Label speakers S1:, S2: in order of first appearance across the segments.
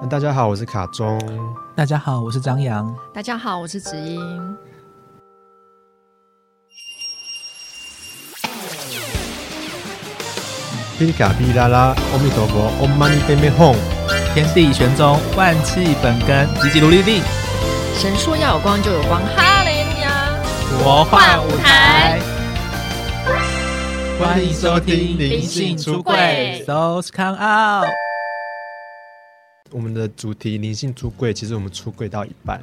S1: 那大家好，我是卡中。
S2: 大家好，我是张扬。
S3: 大家好，我是子英。
S1: 哔哩卡哔啦啦，阿弥陀佛，唵嘛呢呗咪吽。
S2: 天地玄宗，万气本根，急急如律令。
S3: 神说要有光就有光，哈利路亚！
S2: 魔
S3: 幻舞台。
S2: 欢迎收听《灵
S3: 灵
S2: 性
S3: 性
S2: 出
S3: 出
S2: 柜
S3: 柜》
S2: ，Souls Come Out。
S1: 我们的主题灵性出柜，其实我们出柜到一半，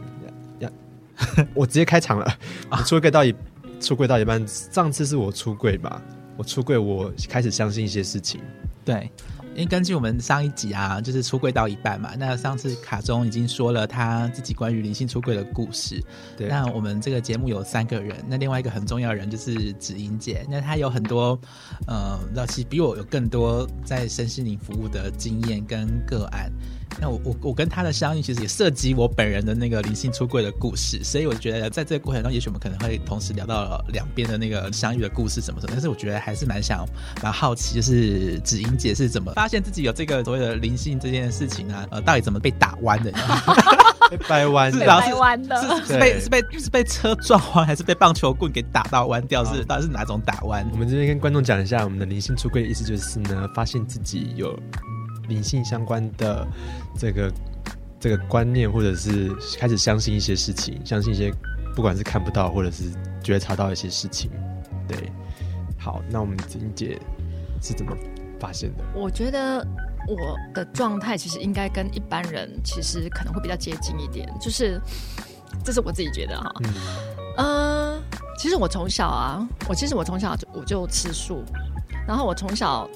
S1: 呀 呀我直接开场了。
S2: 啊
S1: 我出柜到一出柜到一半，上次是我出柜吧？我出柜，我开始相信一些事 情。
S2: 对，因为根据我们上一集啊，就是出柜到一半嘛，那上次卡中已经说了他自己关于灵性出柜的故事。
S1: 对，
S2: 那我们这个节目有三个人，那另外一个很重要的人就是芷英姐，那她有很多，呃，那其实比我有更多在身心灵服务的经验跟个案。那我我我跟她的相遇，其实也涉及我本人的那个灵性出柜的故事，所以我觉得在这个过程中，也许我们可能会同时聊到两边的那个相遇的故事什么什么，但是我觉得还是蛮想蛮好奇，就是芷英姐是怎么发现自己有这个所谓的灵性这件事情啊，呃，到底怎么被打弯的？
S1: 被掰弯，
S2: 是啊
S3: 台湾的
S2: 是是被
S1: 对
S2: 是被是被车撞弯，还是被棒球棍给打到弯掉？是
S1: 啊
S2: 到底是哪种打弯？
S1: 我们这边跟观众讲一下，我们的灵性出柜的意思就是呢，发现自己有灵性相关的这个这个观念，或者是开始相信一些事情，相信一些不管是看不到或者是觉察到一些事情。对，好，那我们子英姐是怎么发现的？
S3: 我觉得我的状态其实应该跟一般人其实可能会比较接近一点，就是这是我自己觉得哈。
S1: 嗯，
S3: 嗯，其实我从小啊，我其实我从小就我就吃素，然后我从小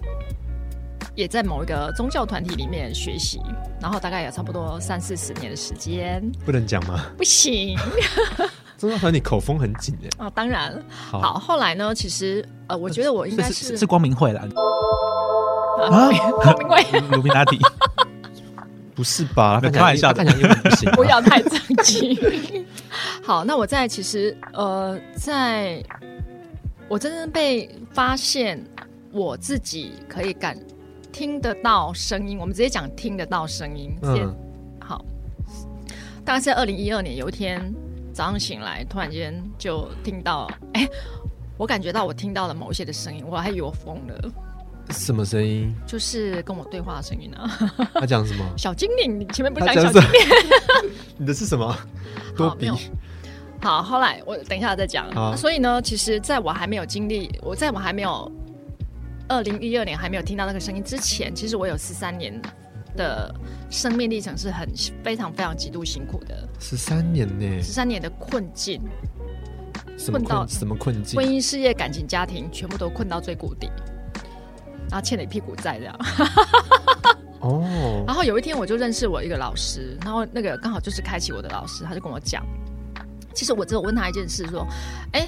S3: 也在某一个宗教团体里面学习，然后大概也差不多三四十年的时间，
S1: 不能讲吗？
S3: 不行
S1: 真的和你口风很紧哎。
S3: 啊，当然。
S1: 好
S3: 好，后来呢？其实呃，我觉得我应该
S2: 是
S3: 是
S2: 是光明会啦，
S3: 啊， 因为
S2: 卢宾拉蒂
S1: 不是吧？
S2: 没有开玩笑
S1: 他
S2: 的
S1: 看起来英文不行啊。
S3: 不要太震惊。好，那我在其实呃，在我真正被发现我自己可以感听得到声音，我们直接讲听得到声音。嗯
S1: 嗯，，
S3: 好，大概是在二零一二年有一天早上醒来，突然间就听到， 哎、我感觉到我听到了某一些的声音，我还以为我疯了，
S1: 什么声音？
S3: 就是跟我对话的声音啊，？
S1: 他讲什么
S3: 小精灵，你前面不是
S1: 他
S3: 讲小
S1: 讲
S3: 精
S1: 什
S3: 灵
S1: 么？你的是什么？多
S3: 没
S1: 比
S3: 有。 好，后来我等一下再讲。啊
S1: 好
S3: 所以呢，其实在我还没有经历，我在我还没有二零一二年还没有听到那个声音之前，其实我有十三年的生命历程是很非常非常极度辛苦的，
S1: 十三年呢？
S3: 十三年的困境，
S1: 什么
S3: 困到
S1: 困什么困境
S3: 婚？姻、事业、感情、家庭，全部都困到最谷底，然后欠了一屁股债这样。
S1: 哦，
S3: 然后有一天我就认识我一个老师，然后那个刚好就是开启我的老师，他就跟我讲，其实我只有问他一件事，说，哎，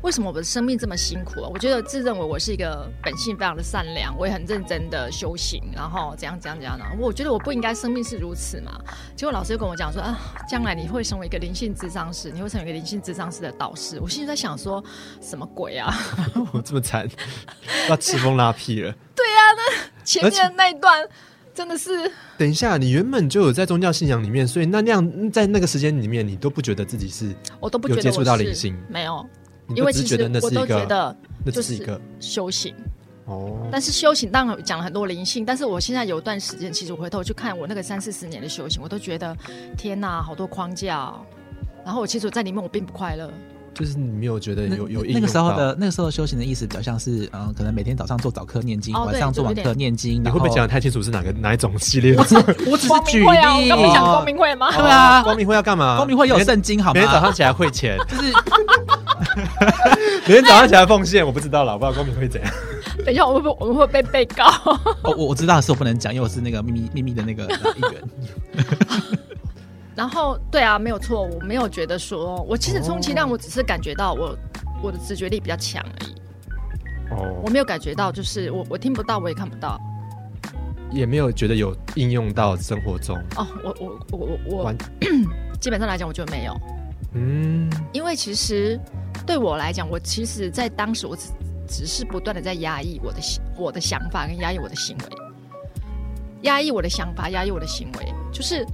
S3: 为什么我的生命这么辛苦啊？我觉得自认为我是一个本性非常的善良，我也很认真的修行，然后怎样怎样怎样的，我觉得我不应该生命是如此嘛。结果老师就跟我讲说，啊，将来你会成为一个灵性智商师，你会成为一个灵性智商师的导师。我心里在想说，什么鬼啊？
S1: 我这么惨， 要吃风拉屁了。
S3: 前面的那一段真的是。
S1: 等一下，你原本就有在宗教信仰里面，所以那那样在那个时间里面，你都不觉得自己是，
S3: 我都不觉得
S1: 有接触到
S3: 我是
S1: 灵性
S3: 没有，
S1: 你
S3: 因
S1: 都
S3: 为
S1: 只是
S3: 其
S1: 觉
S3: 实
S1: 得那
S3: 我
S1: 是
S3: 都
S1: 一
S3: 觉
S1: 个，
S3: 得
S1: 那
S3: 就
S1: 只是一个
S3: 修行，
S1: 哦，
S3: 但是修行当然讲了很多灵性，但是我现在有一段时间，其实我回头去看我那个三四十年的修行，我都觉得天哪，好多框架、哦。然后我其实我在里面我并不快乐，
S1: 就是你没有觉得
S2: 那
S1: 有有应
S2: 那个
S1: 用
S2: 时候
S1: 到
S2: 的，那个时候修行的意思比较像是，嗯、可能每天早上做早课念经，
S3: 哦对
S2: 晚上做晚
S3: 就
S2: 课
S3: 有
S2: 念经。
S1: 你
S2: 然
S1: 会
S2: 后
S1: 不会讲的太清楚是哪个哪一种系列？
S2: 我只是
S3: 光
S2: 举
S3: 明会啊，我
S2: 例，
S3: 刚不是讲
S1: 哦
S3: 光明会吗？
S2: 对啊
S1: 光明会要干
S3: 哦
S1: 嘛？
S2: 光明会有
S1: 每天
S2: 圣经好吗
S1: 每？天早上起来汇钱，
S2: 就是
S1: 每天早上起来奉献，我不知道啦，我不知道光明会怎样。
S3: 等一下我会不会我会被被告？
S2: 哦，我我知道的是我不能讲，因为我是那个秘密秘密的那个呃一 员。
S3: 然后对啊，没有错，我没有觉得说，我其实充其量我只是感觉到我我的直觉力比较强而已，我
S1: 哦，
S3: 没有感觉到就是我我听不到，我也看不到。
S1: 也没有觉得有应用到生活中，
S3: 哦，我我我我我
S1: 完，
S3: 基本上来讲，我觉得没有，
S1: 嗯，
S3: 因为其实对我来讲，我其实在当时我只只是不断的在压抑我的行我的想法跟压抑我的行为，压抑我的想法，压抑我的行为，就是。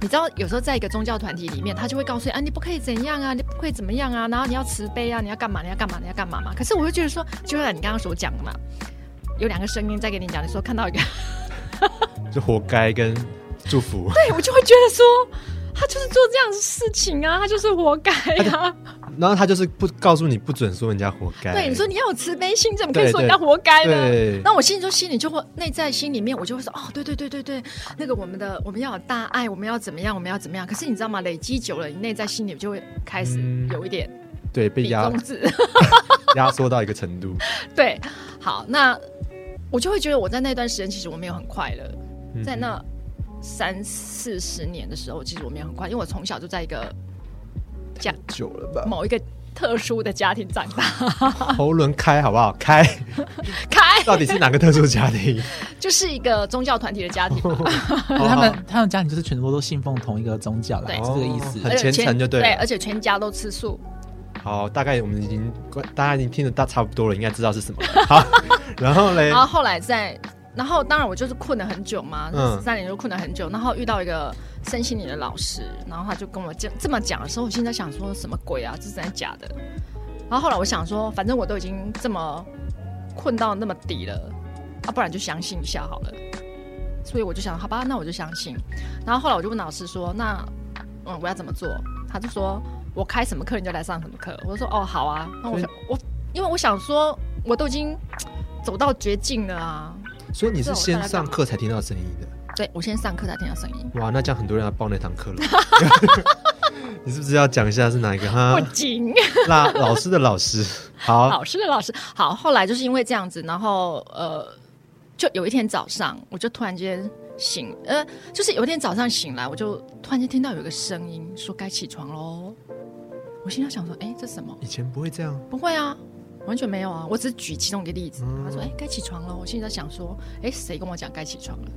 S3: 你知道，有时候在一个宗教团体里面，他就会告诉你啊，你不可以怎样啊，你不可以怎么样啊，然后你要慈悲啊，你要干嘛，你要干嘛，你要干嘛嘛。可是我会觉得说，就像你刚刚所讲的嘛，有两个声音在给你讲，你说看到一个
S1: 就活该跟祝福。
S3: 对我就会觉得说，他就是做这样的事情啊，他就是活该啊。
S1: 然后他就是不告诉你不准说人家活该。
S3: 对，你说你要有慈悲心，怎么可以
S1: 对
S3: 说
S1: 哎对
S3: 人家活该呢？
S1: 对，
S3: 那我心里就心里就会内在心里面，我就会说哦，对对对对对，那个我们的我们要有大爱，我们要怎么样，我们要怎么样。可是你知道吗？累积久了，你内在心里就会开始
S1: 嗯
S3: 有一点
S1: 对被
S3: 比
S1: 压
S3: 中指。
S1: 压缩到一个程度，
S3: 对，好，那我就会觉得我在那段时间其实我没有很快乐，
S1: 嗯
S3: 在那三四十年的时候，其实我没有很快，因为我从小就在一个
S1: 久了吧？
S3: 某一个特殊的家庭长大。
S1: 喉轮开好不好？开，
S3: 开，
S1: 到底是哪个特殊家庭？
S3: 就是一个宗教团体的家庭嘛，
S2: 就是他
S1: 哦
S2: 们他们家庭就是全部都信奉同一个宗教啦，
S3: 对
S2: 是这个意思。
S1: 很虔诚就对
S3: 对
S1: 了
S3: 而且全家都吃素。
S1: 好，大概我们已经大家已经听得大差不多了，应该知道是 什么了。好，然后嘞
S3: 然，后后来在，然后当然我就是困了很久嘛，
S1: 嗯
S3: 那十三年就困了很久。然后遇到一个身心灵的老师，然后他就跟我这这么讲的时候，我心里在想说什么鬼啊，这是真的假的？然后后来我想说，反正我都已经这么困到那么底了，啊，不然就相信一下好了。所以我就想，好吧，那我就相信。然后后来我就问老师说，那嗯，我要怎么做？他就说我开什么课你就来上什么课。我就说哦，好啊。那
S1: 所
S3: 我
S1: 以
S3: 想我因为我想说，我都已经走到绝境了啊。
S1: 所以你是先上课才听到声音的，
S3: 对我先上课才听到声音，
S1: 哇，那这样很多人要报那堂课 了。 你是不是要讲一下是哪一个哈
S3: 不？仅
S1: 那老师的老师，啊好，
S3: 老师的老师好。后来就是因为这样子，然后呃，就有一天早上，我就突然间醒，呃，就是有一天早上醒来，我就突然间听到有一个声音说该起床喽。我心里想说，哎，这什么？
S1: 以前不会这样，
S3: 不会啊，完全没有啊，我只是举其中一个例子。
S1: 嗯
S3: 他说：“哎、该起床了。”我现在想说：“哎，谁跟我讲该起床了？”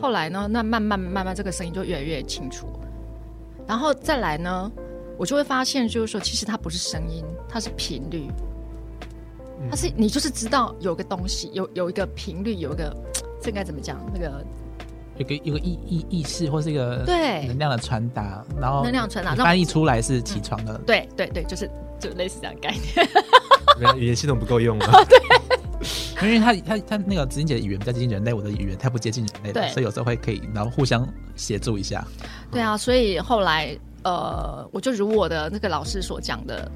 S3: 后来呢，那慢慢慢慢这个声音就越来越清楚，然后再来呢，我就会发现，就是说，其实它不是声音，它是频率，它是你就是知道有个东西，有有一个频率，有一个这应该怎么讲？那个
S2: 有个有个意意意识或是一个
S3: 对
S2: 能量的传达，然后
S3: 能量传达
S2: 你
S3: 那嗯
S2: 翻译出来是起床的，
S3: 对对对，就是就类似这样的概念。
S1: 没有语言系统不够用啊。
S2: 因为他他他那个子英姐的语言比较接近人类，我的语言太不接近人类了，
S3: 对
S2: 所以有时候会可以然后互相协助一下。
S3: 对啊，所以后来呃，我就如我的那个老师所讲的，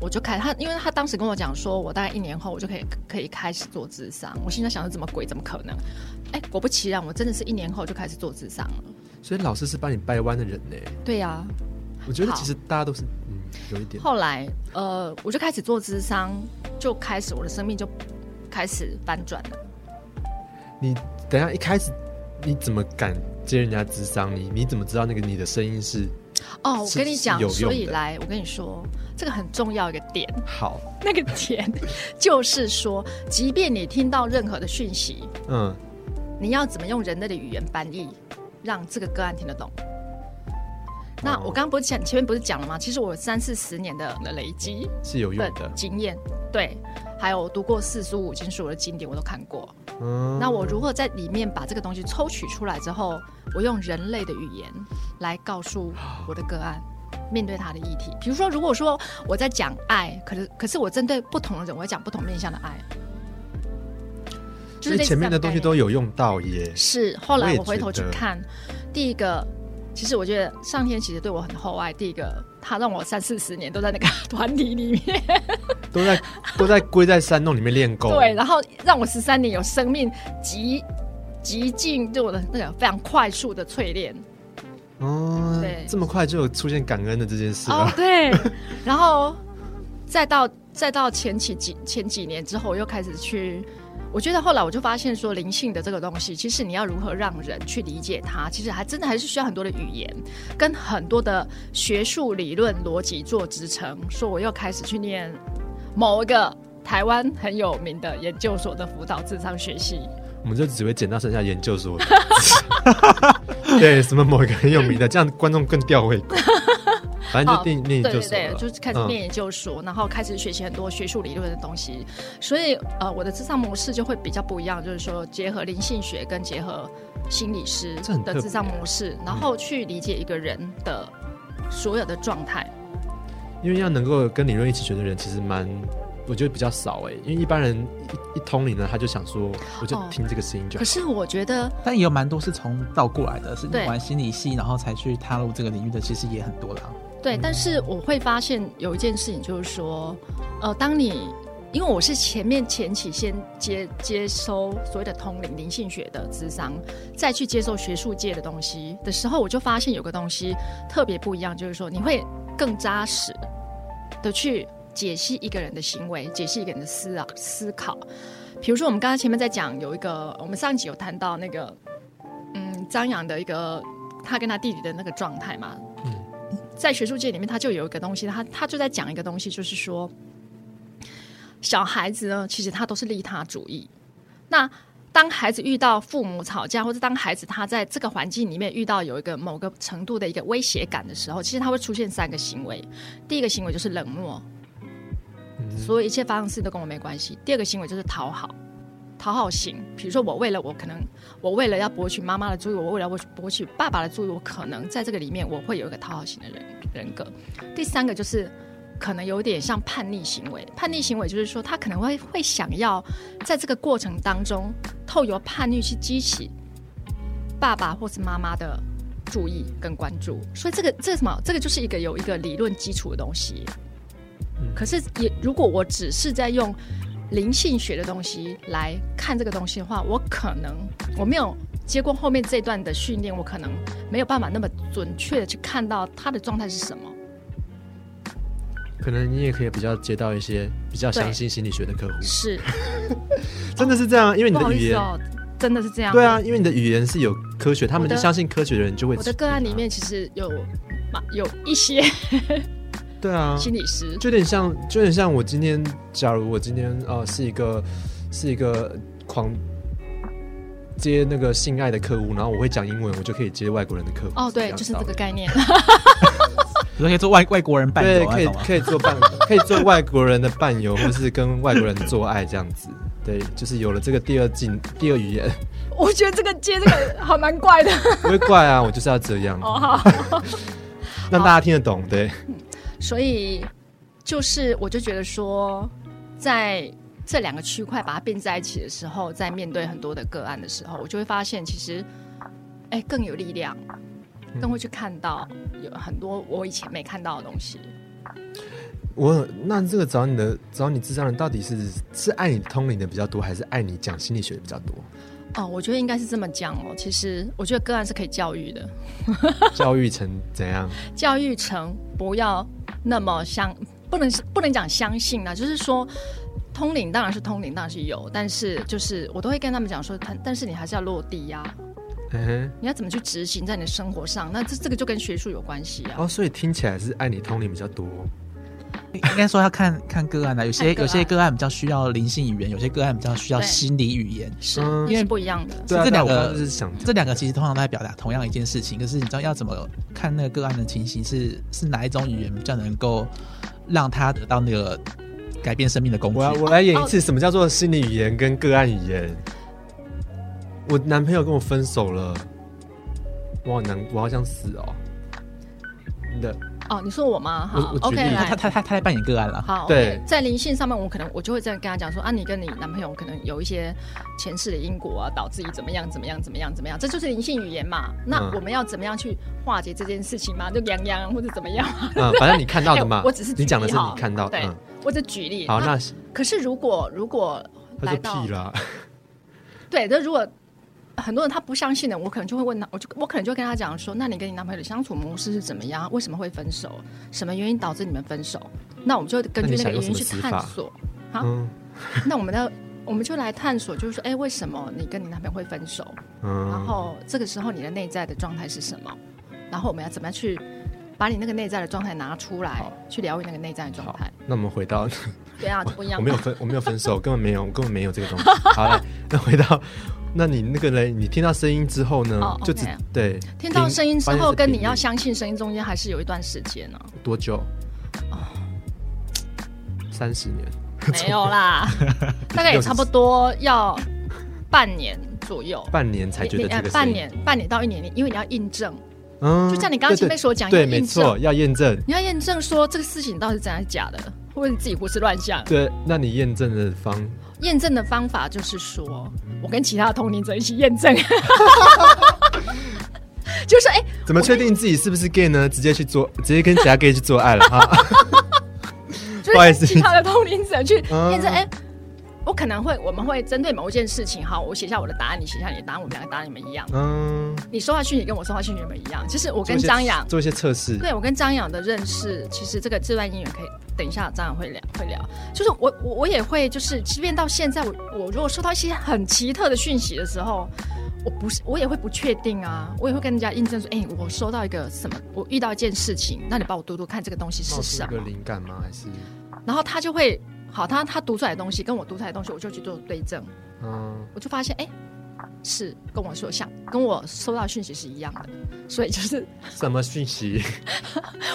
S3: 我就开他，因为他当时跟我讲说，我大概一年后我就可以可以开始做智商。我现在想说，怎么鬼，怎么可能？哎，果不其然，我真的是一年后就开始做智商了。
S1: 所以老师是帮你掰弯的人呢。
S3: 对呀、啊，
S1: 我觉得
S3: 好
S1: 其实大家都是，嗯，有一点。
S3: 后来呃，我就开始做智商，就开始我的生命就开始翻转了。
S1: 你等一下一开始你怎么敢接人家智商？你你怎么知道那个你的声音是
S3: 哦，我
S1: 是
S3: 跟你
S1: 是
S3: 讲
S1: 有，用
S3: 所以
S1: 的
S3: 来，我跟你说，这个很重要一个点。
S1: 好？
S3: 那个点 就是说，即便你听到任何的讯息，
S1: 嗯，
S3: 你要怎么用人类的语言翻译，让这个个案听得懂？那
S1: 哦
S3: 我刚刚不是讲前面不是讲了吗？其实我有三四十年的累积
S1: 是有
S3: 的
S1: 用的。
S3: 经验，对，还有读过四书五经所有的经典我都看过。
S1: 嗯，
S3: 那我如何在里面把这个东西抽取出来之后，我用人类的语言来告诉我的个 案，面对他的议题。比如说，如果说我在讲爱，可是可是我针对不同的人，我会讲不同面向的爱，
S1: 所
S3: 就是
S1: 以
S3: 类似
S1: 前面
S3: 这样
S1: 的
S3: 的
S1: 东
S3: 概
S1: 西
S3: 念
S1: 都有用到耶。
S3: 是，后
S1: 我
S3: 来
S1: 也
S3: 我回头
S1: 觉
S3: 去
S1: 得
S3: 看，第一个，其实我觉得上天其实对我很厚爱。第一个，他让我三四十年都在那个 团体里面，
S1: 都在都在归在山洞里面练功。
S3: 对，然后让我十三年有生命极极尽对我的那个非常快速的淬炼。
S1: 哦，
S3: 对
S1: 这么快就有出现感恩的这件事
S3: 哦
S1: 了。，
S3: 对，然后再到再到前几几前几年之后，我又开始去。我觉得后来我就发现说，灵性的这个东西，其实你要如何让人去理解它，其实还真的还是需要很多的语言，跟很多的学术理论逻辑做支撑。说我又开始去念某一个台湾很有名的研究所的辅导智商学系，
S1: 我们就只会捡到剩下研究 所。 对，什么某一个很有名的，这样观众更吊胃口。反正就念念
S3: 对
S1: 就
S3: 对
S1: 熟
S3: 对
S1: 了，。嗯
S3: 就是开始念研究所，然后开始学习很多学术理论的东西，所以呃，我的智商模式就会比较不一样，就是说结合灵性学跟结合心理师
S1: 这很特
S3: 的
S1: 别嗯
S3: 智商模式，然后去理解一个人的所有的状态。
S1: 因为要能够跟理论一起学的人，其实蛮，我觉得比较少哎、因为一般人一一通灵呢，他就想说，我就
S3: 哦
S1: 听这个声音就好
S3: 可。是我觉得
S2: 但也有蛮多是从倒过来的，是
S3: 对
S2: 念完心理系然后才去踏入这个领域的，其实也很多啦。
S3: 对，但是我会发现有一件事情，就是说，呃，当你因为我是前面前期先接接收所谓的通灵灵性学的智商，再去接受学术界的东西的时候，我就发现有个东西特别不一样，就是说你会更扎实的去解析一个人的行为，解析一个人的思啊思考。比如说，我们刚刚前面在讲有一个，我们上一集有谈到那个，嗯，张扬的一个他跟他弟弟的那个状态嘛，在学术界里面，他就有一个东西，他他就在讲一个东西，就是说，小孩子呢，其实他都是利他主义。那当孩子遇到父母吵架，或者当孩子他在这个环境里面遇到有一个某个程度的一个威胁感的时候，其实他会出现三个行为。第一个行为就是冷漠，所有一切发生的事都跟我没关系。第二个行为就是讨好，讨好型，比如说我为了我可能我为了要博取妈妈的注意，我为了我博取爸爸的注意，我可能在这个里面我会有一个讨好型的人人格。第三个就是可能有点像叛逆行为，叛逆行为就是说他可能会会想要在这个过程当中透由叛逆去激起爸爸或是妈妈的。注意跟关注，所以这个这个什么，这个就是一个有一个理论基础的东西。可是也如果我只是在用灵性学的东西来看这个东西的话，我可能我没有接过后面这段的训练，我可能没有办法那么准确的去看到他的状态是什么。
S1: 可能你也可以比较接到一些比较
S3: 对
S1: 相信心理学的客户，
S3: 是，
S1: 真的是这样，因为你
S3: 不好
S1: 的语
S3: 意思
S1: 言，
S3: 哦，真的是这样。
S1: 对，啊，因为你的语言是有科学，他们
S3: 我的
S1: 相信科学的人就会。
S3: 我的个案里，面其实有嘛有一些
S1: 对啊，
S3: 心 理师，
S1: 就有点像，就有点像我今天，假如我今天呃是一个是一个狂接那个性爱的客户，然后我会讲英文，我就可以接外国人的客户。
S3: 哦，对，
S1: 样
S3: 就是
S1: 的
S3: 这
S1: 道
S3: 个
S1: 理
S3: 概念。
S2: 比如说可以做外外国人伴
S1: 对，
S2: 游啊，
S1: 可以
S2: 懂吗？
S1: 可以做 伴，可以做外国人的伴游，或是跟外国人做爱这样子。对，就是有了这个第二进第二语言，
S3: 我觉得这个接这个好蛮怪的。
S1: 不会怪啊，我就是要这样，
S3: 哦，好。
S1: 让大家听得懂。对，
S3: 所以就是我就觉得说，在这两个区块把它并在一起的时候，在面对很多的个案的时候，我就会发现其实，哎、更有力量，更会去看到有很多我以前没看到的东西。
S1: 我那这个找你的找你智商人到底是是爱你通灵的比较多，还是爱你讲心理学的比较多？
S3: 哦，我觉得应该是这么讲哦。其实我觉得个案是可以教育的，
S1: 教育成怎样？
S3: 教育成不要那么相，不能不能讲相信啊，就是说。通灵当然是通灵，当然是有，但是就是我都会跟他们讲说，但但是你还是要落地呀、
S1: 嗯哼。
S3: 你要怎么去执行在你的生活上？那这这个就跟学术有关系啊。
S1: 哦，所以听起来是爱你通灵比较多。
S2: 应该说要看看个案的，有些
S3: 看个
S2: 有
S3: 案
S2: 些个案比较需要灵性语言，有些个案比较需要
S3: 对
S2: 心理语言。
S3: 是，
S1: 嗯
S3: 那是不一样的。
S1: 对啊，但
S2: 这两
S1: 我
S2: 个
S1: 刚刚就是想，
S2: 这两个其实通常都在表达同样一件事情，可是你知道要怎么看那个个案的情形是是哪一种语言比较能够让他得到那个改变生命的工具
S1: 我？要我来演
S3: 哦
S1: 一次什么叫做心理语言跟个案语言。我男朋友跟我分手了，我好难，我好想死哦。你 的
S3: 哦，你说我吗？
S1: 我
S3: 好
S1: 我举
S3: ，OK，
S1: 例
S2: 他他他
S3: 来。
S2: 他他在扮演个案了，
S3: 好，
S1: 对
S3: OK，在灵性上面，我可能我就会这样跟他讲说啊，你跟你男朋友可能有一些前世的因果啊，导致你怎么样怎么样怎么样怎么样，这就是灵性语言嘛。那
S1: 嗯
S3: 我们要怎么样去化解这件事情嘛？就洋洋或者怎么样？
S1: 啊，反正你看到的嘛
S3: 哎，我只是举例
S1: 你讲的是
S3: 哈
S1: 你看到的。
S3: 对
S1: 嗯，
S3: 我只举例。
S1: 好，那
S3: 可是如果如果
S1: 他
S3: 来
S1: 说
S3: 到啊
S1: 屁啦，
S3: 对，那如果很多人他不相信的，我可能就会问他，我就我可能就跟他讲说，那你跟你男朋友的相处模式是怎么样？为什么会分手？什么原因导致你们分手？那我们就根据那个原因去探索。啊
S1: 嗯
S3: 那我们的我们就来探索，就是说，哎，为什么你跟你男朋友会分手？然
S1: 嗯，
S3: 后这个时候你的内在的状态是什么？然后我们要怎么样去把你那个内在的状态拿出来
S1: 好，
S3: 去疗愈那个内在的状
S1: 好
S3: 态？，
S1: 那我们回到
S3: 对啊，不一 样
S1: 我。没有分，我没有分手，根本没有，我根本没有这个东西。好了，那回到那你那个嘞，你听到声音之后呢
S3: 哦
S1: 就只
S3: OK
S1: 对
S3: 听到声音之
S1: 发现
S3: 后，
S1: 是
S3: 跟
S1: 频
S3: 你要
S1: 率
S3: 相信声音中间还是有一段时间呢、
S1: 多久？
S3: 哦
S1: 三十年，
S3: 没有啦， 大概也差不多要半年左右。
S1: 半年才觉
S3: 你
S1: 得
S3: 你
S1: 这
S3: 呃
S1: 个声
S3: 半
S1: 音，
S3: 年，半年到一年，你因为你要印证，
S1: 嗯
S3: 就像你刚刚前面所讲，
S1: 对对，
S3: 要
S1: 没
S3: 验
S1: 错，
S3: 证，
S1: 要验证。
S3: 你要验证说这个事情到底是真的还是假的，或者你自己胡思乱想。
S1: 对，那你验证的方
S3: 验证的方法就是说，我跟其他的通灵者一起验证，就是哎、
S1: 怎么确定自己是不是 gay 呢？直接去做，直接跟其他 gay 去做爱了 哈。
S3: 就
S1: 不好意
S3: 是
S1: 思
S3: 其他的通灵者去
S1: 嗯
S3: 验证。哎、我可能会，我们会针对某一件事情，好，我写下我的答案，你写下你的答案，我们两个答案你们一样。
S1: 嗯，
S3: 你收到讯息跟我收到讯息有没有一样？其实我
S1: 我
S3: 跟张扬，
S1: 做一些测试，
S3: 对我跟张扬的认识，其实这个这段姻缘可以等一下张扬会聊会聊。就是我我我也会，就是即便到现在，我我如果收到一些很奇特的讯息的时候，我不是我也会不确定啊，我也会跟人家印证说，哎、我收到一个什么，我遇到一件事情，那你帮我读读看这个东西
S1: 冒出
S3: 是什
S1: 一个
S3: 么，
S1: 灵感吗？还是
S3: 然后他就会。好，他他读出来的东西跟我读出来的东西，我就去做对证，
S1: 嗯，
S3: 我就发现，哎、是跟我说像，跟我收到的讯息是一样的，所以就是
S1: 什么讯息？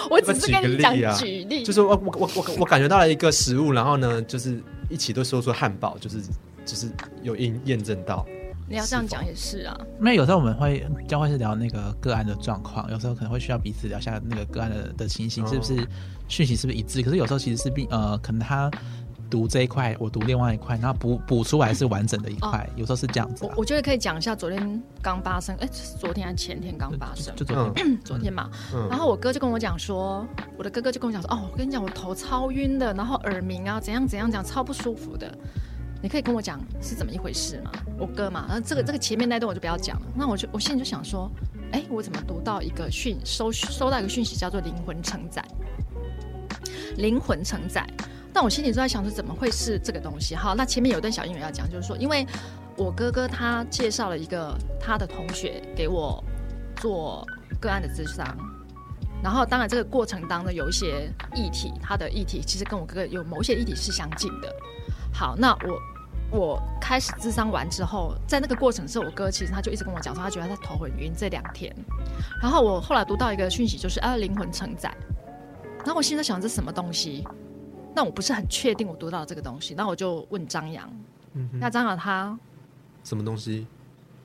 S3: 我只是跟你讲
S1: 要不要举个例啊
S3: 举例，
S1: 就是我我我我我感觉到了一个食物，然后呢，就是一起都说出汉堡，就是就是有验验证到。
S3: 你要这样讲也是啊。
S2: 因为有时候我们会教会是聊那个个案的状况，有时候可能会需要彼此聊一下那个个案的的情形
S1: 哦
S2: 是不是讯息是不是一致，可是有时候其实是并呃，可能他读这一块，我读另外一块，然后补补出来是完整的一块，
S1: 哦
S2: 有时候是这样子啊
S3: 我
S2: 啦。
S3: 我觉得可以讲一下昨天刚发生，哎、昨天还前天刚发生，
S2: 就就昨
S1: 嗯
S2: 天，
S3: 昨天嘛。
S1: 嗯，
S2: 啊
S3: 然后我哥就跟我讲说，我的哥哥就跟我讲说，哦，我跟你讲，我头超晕的，然后耳鸣啊，怎样怎样讲，超不舒服的。你可以跟我讲是怎么一回事吗？我哥嘛，然后这个这个前面那段我就不要讲了。那我就我现在就想说，哎，我怎么读到一个讯收收到一个讯息叫做灵魂承载，灵魂承载。但我心里就在想说，怎么会是这个东西？好，那前面有一段小英语要讲，就是说，因为我哥哥他介绍了一个他的同学给我做个案的智商，然后当然这个过程当中有一些议题，他的议题其实跟我哥哥有某些议题是相近的。好，那我我开始智商完之后，在那个过程是我哥其实他就一直跟我讲说，他觉得他头很晕这两天。然后我后来读到一个讯息，就是啊灵魂承载，然后我心里在想这是什么东西。那我不是很确定我读到这个东西，那我就问张扬，
S1: 嗯哼
S3: 那张扬他
S1: 什么东西？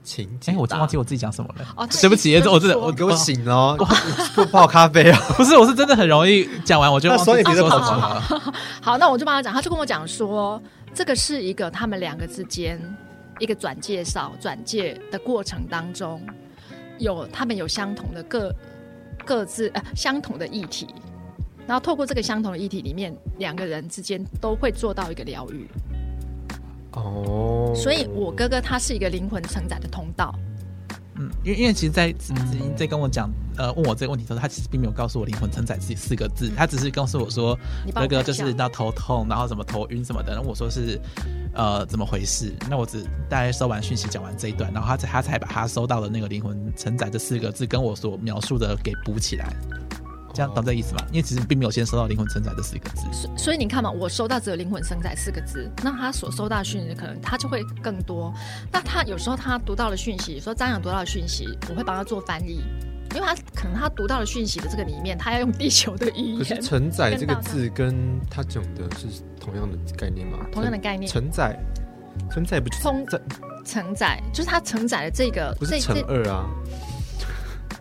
S1: 情节
S2: 哎、
S1: 吧？
S2: 我真忘记我自己讲什么 了。
S3: 哦，他
S2: 对不起，
S3: 一直
S2: 这我真的
S3: 说
S2: 我
S1: 你给我醒了哦，不泡咖啡哦。
S2: 不是，我是真的很容易讲完我就忘记
S1: 那所以
S2: 自己
S1: 你就
S2: 说什
S1: 跑
S2: 么
S1: 出
S2: 了。
S3: 好，那我就帮他讲，他就跟我讲说，这个是一个他们两个之间一个转介绍、转介的过程当中，有他们有相同的各各自呃相同的议题，然后透过这个相同的议题里面，两个人之间都会做到一个疗愈。
S1: 哦，
S3: 所以我哥哥他是一个灵魂承载的通道，
S2: 嗯，因为因为其实在，子
S1: 嗯
S2: 子英在跟我讲，呃，问我这个问题的时候，他其实并没有告诉我“灵魂承载”这四个字，他只是告诉我说，
S3: 你帮
S2: 哥
S3: 我
S2: 哥
S3: 看
S2: 就
S3: 一下
S2: 是到头痛，然后什么头晕什么的。然后我说是，呃，怎么回事？那我只大概收完讯息，讲完这一段，然后他才他才把他收到的那个“灵魂承载”这四个字跟我所描述的给补起来，
S1: 哦
S2: 这样懂这意思吗？因为其实并没有先收到“灵魂承载”这四个字。
S3: 所所以你看嘛，我收到只有“灵魂承载”四个字，那他所收到的讯息可能他就会更多。那他有时候他读到的讯息，说张扬读到的讯息，我会帮他做翻译，因为他可能他读到的讯息的这个里面，他要用地球的语
S1: 可是“，
S3: 言
S1: 承载”这个字跟他讲的是同样的概念吗？
S3: 同样的概念
S1: 承载，承载不
S2: 哦
S1: 就是
S3: 通
S1: 这
S3: 承载就是他承载的这个
S1: 不
S3: 这
S1: 是乘
S3: 这
S1: 二啊？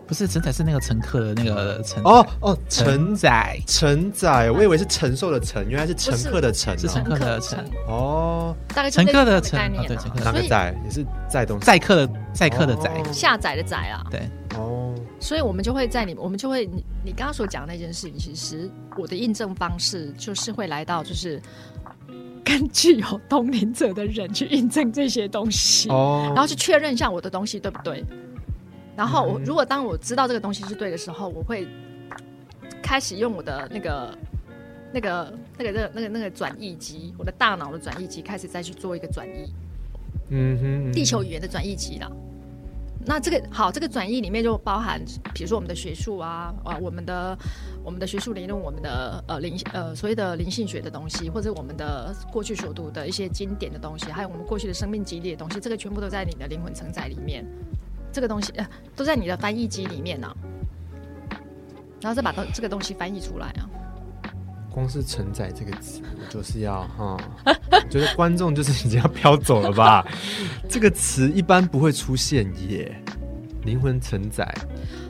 S2: 不是承载是那个乘客的那个乘
S1: 哦哦，
S2: 承
S1: 承
S2: 载
S1: 承载，我以为是承受的承，原来是乘客的乘
S2: 是乘
S1: 哦。
S2: 客的
S3: 乘
S2: 乘
S1: 哦，
S3: 大概就
S2: 乘客的
S3: 类似这
S2: 乘
S3: 样的概
S2: 啊对
S3: 念
S2: 乘客
S1: 哪
S3: 啊，
S1: 个
S3: 所以
S1: 载也是载东西
S2: 载客的载客的载。
S1: 哦
S3: 下载的载啊，
S2: 对，
S1: 哦，
S3: 所以我们就会在你，我们就会你你刚刚所讲的那件事情，其实我的印证方式就是会来到就是跟具有通灵者的人去印证这些东西，
S1: 哦，
S3: 然后去确认一下我的东西对不对。然后我、
S1: 嗯
S3: 如果当我知道这个东西是对的时候，我会开始用我的那个。那个、那个、那个、那个、那个转译机，我的大脑的转译机开始再去做一个转译，
S1: 嗯哼，嗯哼
S3: 地球语言的转译机啦。那这个好，这个转译里面就包含，比如说我们的学术啊，啊，我们的我们的学术理论，我们的呃灵呃所谓的灵性学的东西，或者我们的过去所读的一些经典的东西，还有我们过去的生命经历的东西，这个全部都在你的灵魂承载里面，这个东西呃都在你的翻译机里面呢、然后再把东这个东西翻译出来啊。
S1: 光是“承载”这个词，我就是要哈， 我觉得观众就是已经要飘走了 吧？这个词一般不会出现耶，灵魂承载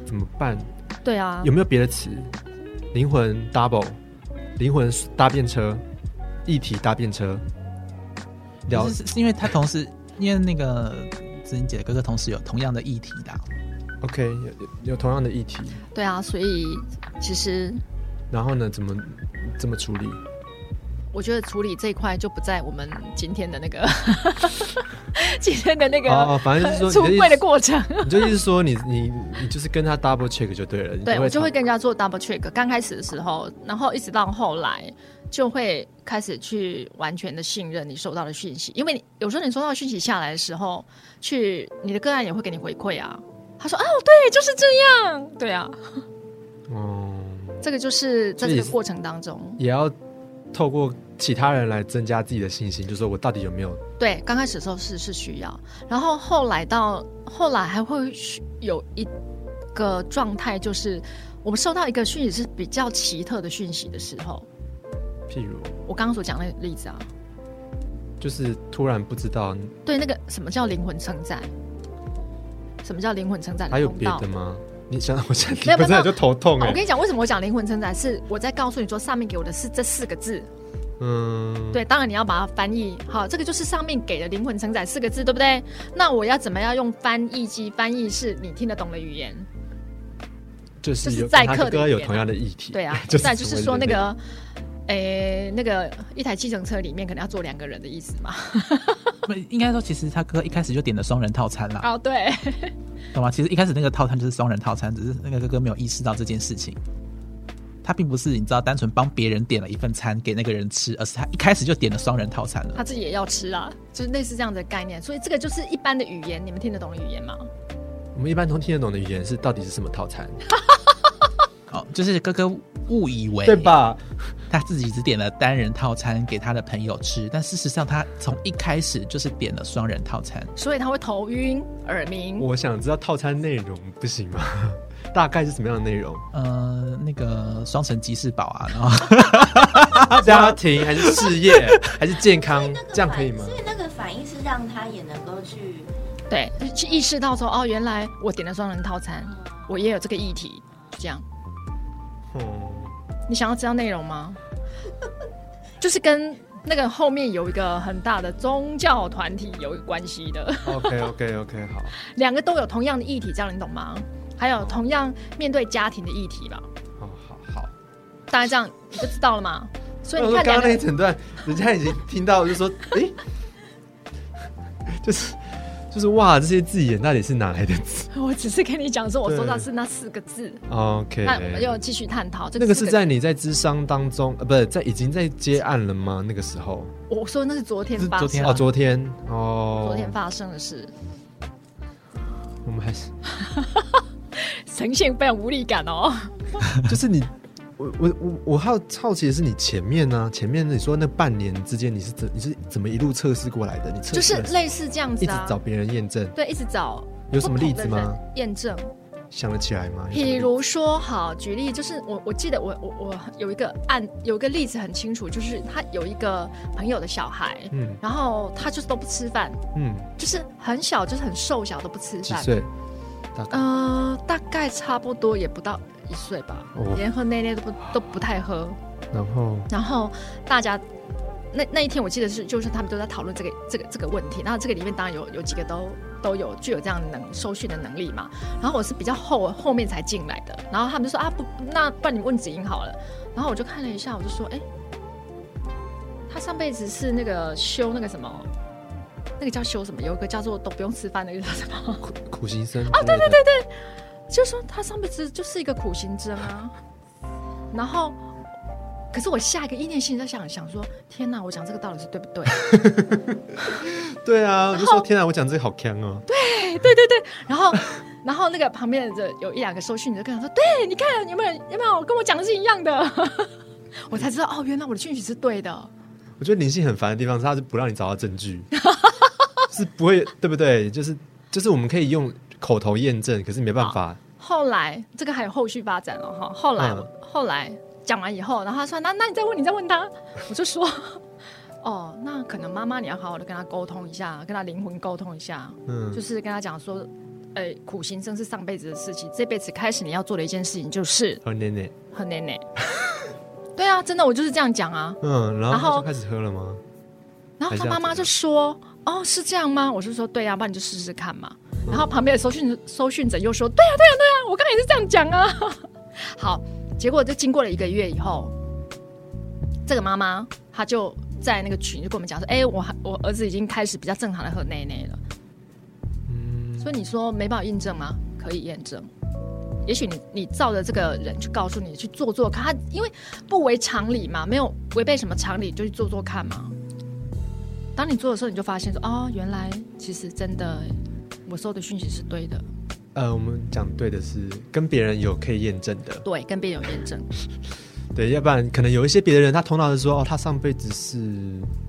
S1: 怎么办？
S3: 对啊，
S1: 有没有别的词？灵魂 double，灵魂搭便车，一体搭便车，聊
S2: 是是是因为他同时，因为那个子英姐的哥哥同时有同样的议题啦。
S1: OK，有有有同样的议题，
S3: 对啊，所以其实
S1: 然后呢，怎么怎么处理？
S3: 我觉得处理这一块就不在我们今天的那个今天的那个、
S1: 哦哦，反正就是
S3: 出
S1: 说你的
S3: 柜的
S1: 意思，
S3: 过程。
S1: 你就意思说你你你就是跟他 double check 就对了，你
S3: 对我就会
S1: 讨
S3: 跟人家做 double check。刚开始的时候，然后一直到后来，就会开始去完全的信任你收到的讯息，因为你有时候你收到讯息下来的时候，去你的个案也会给你回馈啊。他说：“哦，对，就是这样，对啊，
S1: 哦，
S3: 这个就是在这
S1: 这也
S3: 个
S1: 是
S3: 过程当中，
S1: 也要透过其他人来增加自己的信心，就说我到底有没有
S3: 对，刚开始的时候是是需要，然后后来到后来还会需有一个状态，就是我们收到一个讯息是比较奇特的讯息的时候，
S1: 譬如
S3: 我刚刚所讲的那个例子啊，
S1: 就是突然不知道
S3: 对，那个什么叫灵魂承载？什么叫灵魂承载的
S1: 还有
S3: 通
S1: 别
S3: 道
S1: 的吗？你想我现
S3: 没
S1: 在
S3: 有
S1: 不是
S3: 没有
S1: 就头痛
S3: 啊
S1: 哎、
S3: 我跟你讲，为什么我讲灵魂承载，是我在告诉你说上面给我的是这四个字。
S1: 嗯，
S3: 对，当然你要把它翻译好，这个就是上面给的灵魂承载四个字，对不对？那我要怎么样用翻译机翻译是你听得懂的语言？
S1: 就是
S3: 就是
S1: 有
S3: 载
S1: 跟他
S3: 客
S1: 哥
S3: 的
S1: 哥
S3: 语
S1: 有
S3: 言
S1: 同样的议题，，
S3: 对啊
S1: 就是
S3: 再 就是说那
S1: 成为人类
S3: 个，诶、那个一台计程车里面可能要坐两个人的意思嘛？
S2: 不应该说，其实他哥一开始就点了双人套餐
S1: 啊
S2: 啦，
S3: 哦，对，
S2: 懂吗？其实一开始那个套餐就是双人套餐，只是那个哥哥没有意识到这件事情。他并不是你知道单纯帮别人点了一份餐给那个人吃，而是他一开始就点了双人套餐了
S3: 他。自己也要吃啊，就是类似这样的概念。所以这个就是一般的语言，你们听得懂的语言吗？
S1: 我们一般都听得懂的语言是到底是什么套餐，
S2: 哦，就是哥哥误以 为
S1: 对吧？
S2: 他自己只点了单人套餐给他的朋友吃，但事实上他从一开始就是点了双人套餐。
S3: 所以他会头晕、耳鸣，
S1: 我想知道套餐内容不行吗？ 大概是什么样的内容？
S2: 呃，那个双层鸡翅堡啊，然后
S1: 家庭还是事 业还是健康，这样可以吗
S4: 所？以那个反应是让他也能够去，
S3: 对，去意识到说哦，原来我点了双人套餐，我也有这个议题，就这样。
S1: 嗯，
S3: 你想要知道内容吗？ 就是跟那个后面有一个很大的宗教团体有关系的，
S1: OK OK OK，好，
S3: 两个都有同样的议题，这样你懂吗？还有同样面对家庭的议题吧，
S1: 好哦好好。
S3: 大概这样你就知道了嘛。所以
S1: 我
S3: 你
S1: 说
S3: 看
S1: 刚刚
S3: 两个
S1: 那一
S3: 人，
S1: 整段，人家已经听到，就 说，诶， 就是就是哇，这些字眼到底是哪来的字
S3: 我只是跟你讲说，我说到
S1: 对
S3: 是那四个字，
S1: ？OK，
S3: 那我们又继续探讨这
S1: 那个是
S3: 四
S1: 在你在智商当中，呃，不是在已经在接案了吗？那个时候
S3: 我说那是昨天
S2: 是
S3: 发
S2: 昨
S3: 生
S2: 天啊
S1: 哦，昨天哦，
S3: 昨天发生的事，
S1: 我们还是
S3: 呈现非常无力感哦。
S1: 就是你，我我我我好好奇的是你前面呢、前面你说那半年之间你是怎你是怎么一路测试过来的？你测
S3: 就
S1: 试
S3: 是
S1: 了什么
S3: 类似这样
S1: 一
S3: 子
S1: 直
S3: 啊，
S1: 找别人验证，
S3: 对，一直找
S1: 有什么例子
S3: 不同
S1: 吗
S3: 的？人验证，
S1: 想得起来吗？有什么例
S3: 比
S1: 子
S3: 如说，好举例，就是我我记得我我我有一个案，有一个例子很清楚，就是他有一个朋友的小孩，
S1: 嗯
S3: 然后他就是都不吃饭，
S1: 嗯，
S3: 就是很小，就是很瘦小都不吃
S1: 几
S3: 饭，
S1: 岁？大概
S3: 呃，大概差不多也不到一岁吧，
S1: 哦
S3: 连喝奶奶都不都不太喝，
S1: 然后
S3: 然后大家那那一天我记得是，就是他们都在讨论这个这个这个问题。那这个里面当然有有几个都都有具有这样能收讯的能力嘛。然后我是比较后后面才进来的，然后他们就说啊不，那不然你问子英好了。然后我就看了一下，我就说，哎，他上辈子是那个修那个什么，那个叫修什么？有一个叫做都不用吃饭的，那个叫什么？
S1: 苦苦行僧
S3: 哦
S1: 啊，对对对对，
S3: 就说他上辈子就是一个苦行僧啊。然后可是我下一个意念心里在想想说，天哪，我讲这个到底是对不对？
S1: 对啊，我就说天啊，我讲这个好坑哦、
S3: 然后，然后那个旁边的有一两个收讯你就跟他说：“对，你看有没有人有没有跟我讲的是一样的？” 我才知道哦，原来我的讯息是对的。
S1: 我觉得灵性很烦的地方是，它是不让你找到 证据，是不会对不对？就是就是我们可以用口头验证，可是没办法。
S3: 后来这个还有后续发展了哈。后来、
S1: 嗯
S3: 后来讲完以后，然后他说：“那那你再问，你再问他。”我就说：“ 哦，那可能妈妈你要好好的跟他沟通一下，跟他灵魂沟通一下，就
S1: 嗯，
S3: 是跟他讲说，呃，苦行僧是上辈子的事情，这辈子开始你要做的一件事情就是
S1: 喝奶奶，
S3: 喝奶奶。对啊，真的，我就是这样讲啊。
S1: 嗯，然后
S3: 然
S1: 他
S3: 后
S1: 就开始喝了吗？
S3: 然后
S1: 还是
S3: 他
S1: 要
S3: 妈妈
S1: 怎
S3: 就
S1: 样
S3: 说：“哦，是这样吗？”我是说：“对呀、不然你就试试看嘛。”
S1: 嗯
S3: 然后旁边的搜讯搜讯者又说：“对呀、啊对呀、对呀、我刚才也是这样讲啊。” 好，结果就经过了一个月以后，这个妈妈她就在那个群就跟我们讲说：“哎、我还我儿子已经开始比较正常的喝奶奶了。”
S1: 嗯，
S3: 所以你说没办法验证吗？可以验证。也许你你照着这个人去告诉你去做做看，他因为不违常理嘛，没有违背什么常理，就去做做看嘛。当你做的时候，你就发现说，哦，原来其实真的我收的讯息是对的，
S1: 呃，我们讲对的是跟别人有可以验证的，
S3: 对，跟别人有验证，
S1: 对，要不然可能有一些别的人，他头脑是说哦，他上辈子是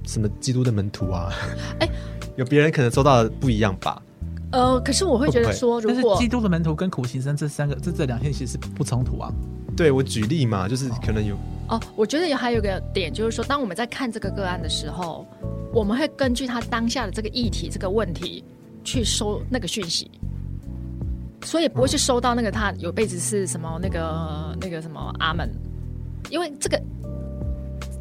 S1: 什么基督的门徒啊，
S3: 哎
S1: 有别人可能收到的不一样吧？
S3: 呃，可是我会觉得说，
S2: 但
S3: 如
S2: 是
S3: 果
S2: 基督的门徒跟苦行僧这三个这这两件其实是不冲突啊。
S1: 对我举例嘛，就是可能有
S3: 哦，我觉得有还有一个点就是说，当我们在看这个个案的时候，我们会根据他当下的这个议题、这个问题去收那个讯息，所以不会去收到那个他有辈子是什么那个那个什么阿门，因为这个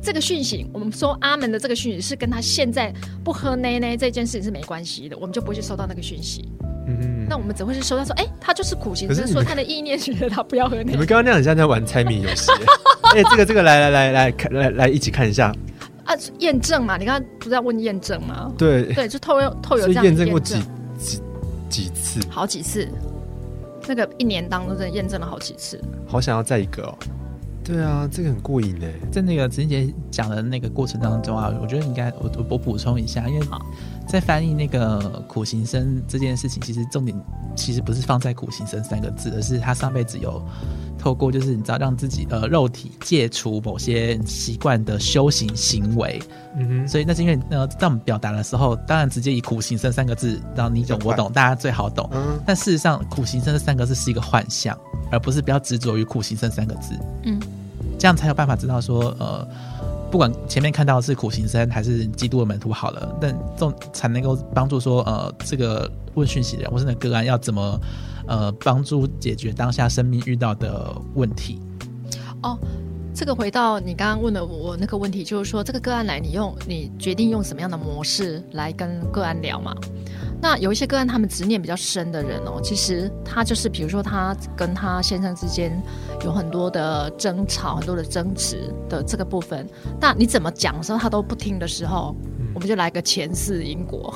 S3: 这个讯息，我们收阿门的这个讯息是跟他现在不喝奶奶这件事情是没关系的，我们就不会去收到那个讯息。
S1: 嗯哼，
S3: 那我们只会去收到说，哎、他就是苦行
S1: 可是
S3: 僧，
S1: 你
S3: 说
S1: 们
S3: 他的意念觉得他不要喝奶
S1: 你
S3: 奶
S1: 们刚刚那样很像在玩猜谜游 戏。哎、这个这个，来来来来看来来一起看一下，
S3: 啊，验证嘛，你刚刚不是要问验证吗？
S1: 对，
S3: 对，就透有透有
S1: 所以
S3: 这样的
S1: 验证过几几几次，
S3: 好几次，那个一年当中真的验证了好几次。
S1: 好想要再一个哦。对啊，这个很过瘾哎。
S2: 在那个子欣姐讲的那个过程当中啊，我觉得应该我我我补充一下，因为在翻译那个苦行僧这件事情，其实重点其实不是放在苦行僧三个字，而是他上辈子有透过就是你知道让自己呃肉体戒除某些习惯的修行行为，
S1: 嗯哼，
S2: 所以那是因为呃在我们表达的时候，当然直接以苦行僧三个字，让
S1: 比
S2: 你懂
S1: 较
S2: 我
S1: 快
S2: 懂，大家最好懂。
S1: 嗯，
S2: 但事实上，苦行僧这三个字是一个幻象，而不是不要执着于苦行僧三个字。
S3: 嗯，
S2: 这样才有办法知道说，呃，不管前面看到的是苦行僧还是基督的门徒好了，但这种才能够帮助说，呃，这个问讯息的人或是那个个案要怎么，呃，帮助解决当下生命遇到的问题。
S3: 这个回到你刚刚问的我那个问题，就是说这个个案来，你用你决定用什么样的模式来跟个案聊嘛？那有一些个案，他们执念比较深的人哦，其实他就是，比如说他跟他先生之间有很多的争吵、很多的争执的这个部分，那你怎么讲的时候他都不听的时候，
S1: 嗯
S3: 我们就来个前世因果，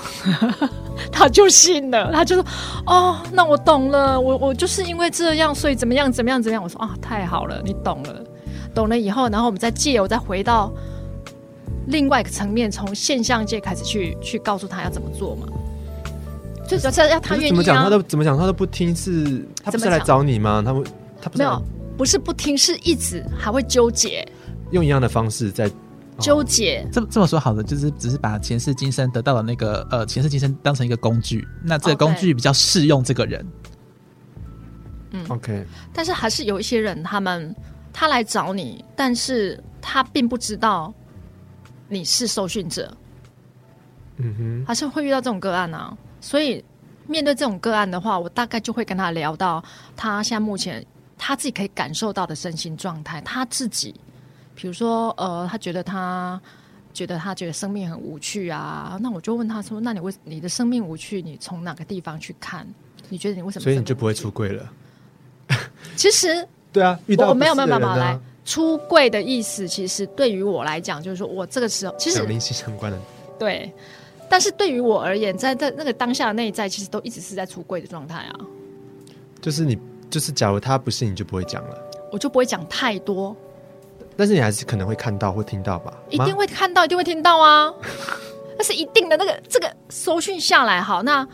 S3: 他就信了，他就说哦，那我懂了，我我就是因为这样，所以怎么样怎么样怎么样，我说啊，太好了，你懂了。懂了以后，然后我们再借由再回到另外一个层面，从现象界开始去去告诉他要怎么做嘛。就只要要他
S1: 可是
S3: 愿
S1: 怎么
S3: 意
S1: 讲他
S3: 啊，
S1: 都怎么讲他都不听，是他不
S3: 怎么
S1: 是来
S3: 讲
S1: 找你吗？他会他不是
S3: 没
S1: 来
S3: 有不是不听，是一直还会纠结、
S1: 用一样的方式在哦
S3: 纠结。
S2: 这这么说好了，就是只是把前世今生得到的那个呃前世今生当成一个工具，那这个
S3: 哦
S2: 工
S3: 对
S2: 具比较适用这个人。
S3: 嗯
S1: OK，
S3: 但是还是有一些人，他们他来找你，但是他并不知道你是受训者，
S1: 嗯哼，
S3: 还是会遇到这种个案啊。所以面对这种个案的话，我大概就会跟他聊到他现在目前他自己可以感受到的身心状态，他自己，比如说呃，他觉得他。觉得他觉得生命很无趣啊，那我就问他说：“那你为你的生命无趣，你从哪个地方去看？你觉得你为什么？”
S1: 所以你就不会出。柜了。
S3: 其实
S1: 对啊，遇到
S3: 哦我没有
S1: 不
S3: 没
S1: 是的
S3: 有没有
S1: 人
S3: 没有
S1: 啊
S3: 来出柜的意思，其实对于我来讲，就是说我这个时候其实
S1: 讲灵性相关的，
S3: 对，但是对于我而言，在在那个当下的内在，其实都一直是在出柜的状态啊，
S1: 就是你就是假如他不信，你就不会讲了。
S3: 我就不会讲太多。
S1: 但是你还是可能会看到或听到吧？
S3: 一
S1: 妈
S3: 定会看到，一定会听到啊， 那是一定的。那个这个搜讯下来，好，那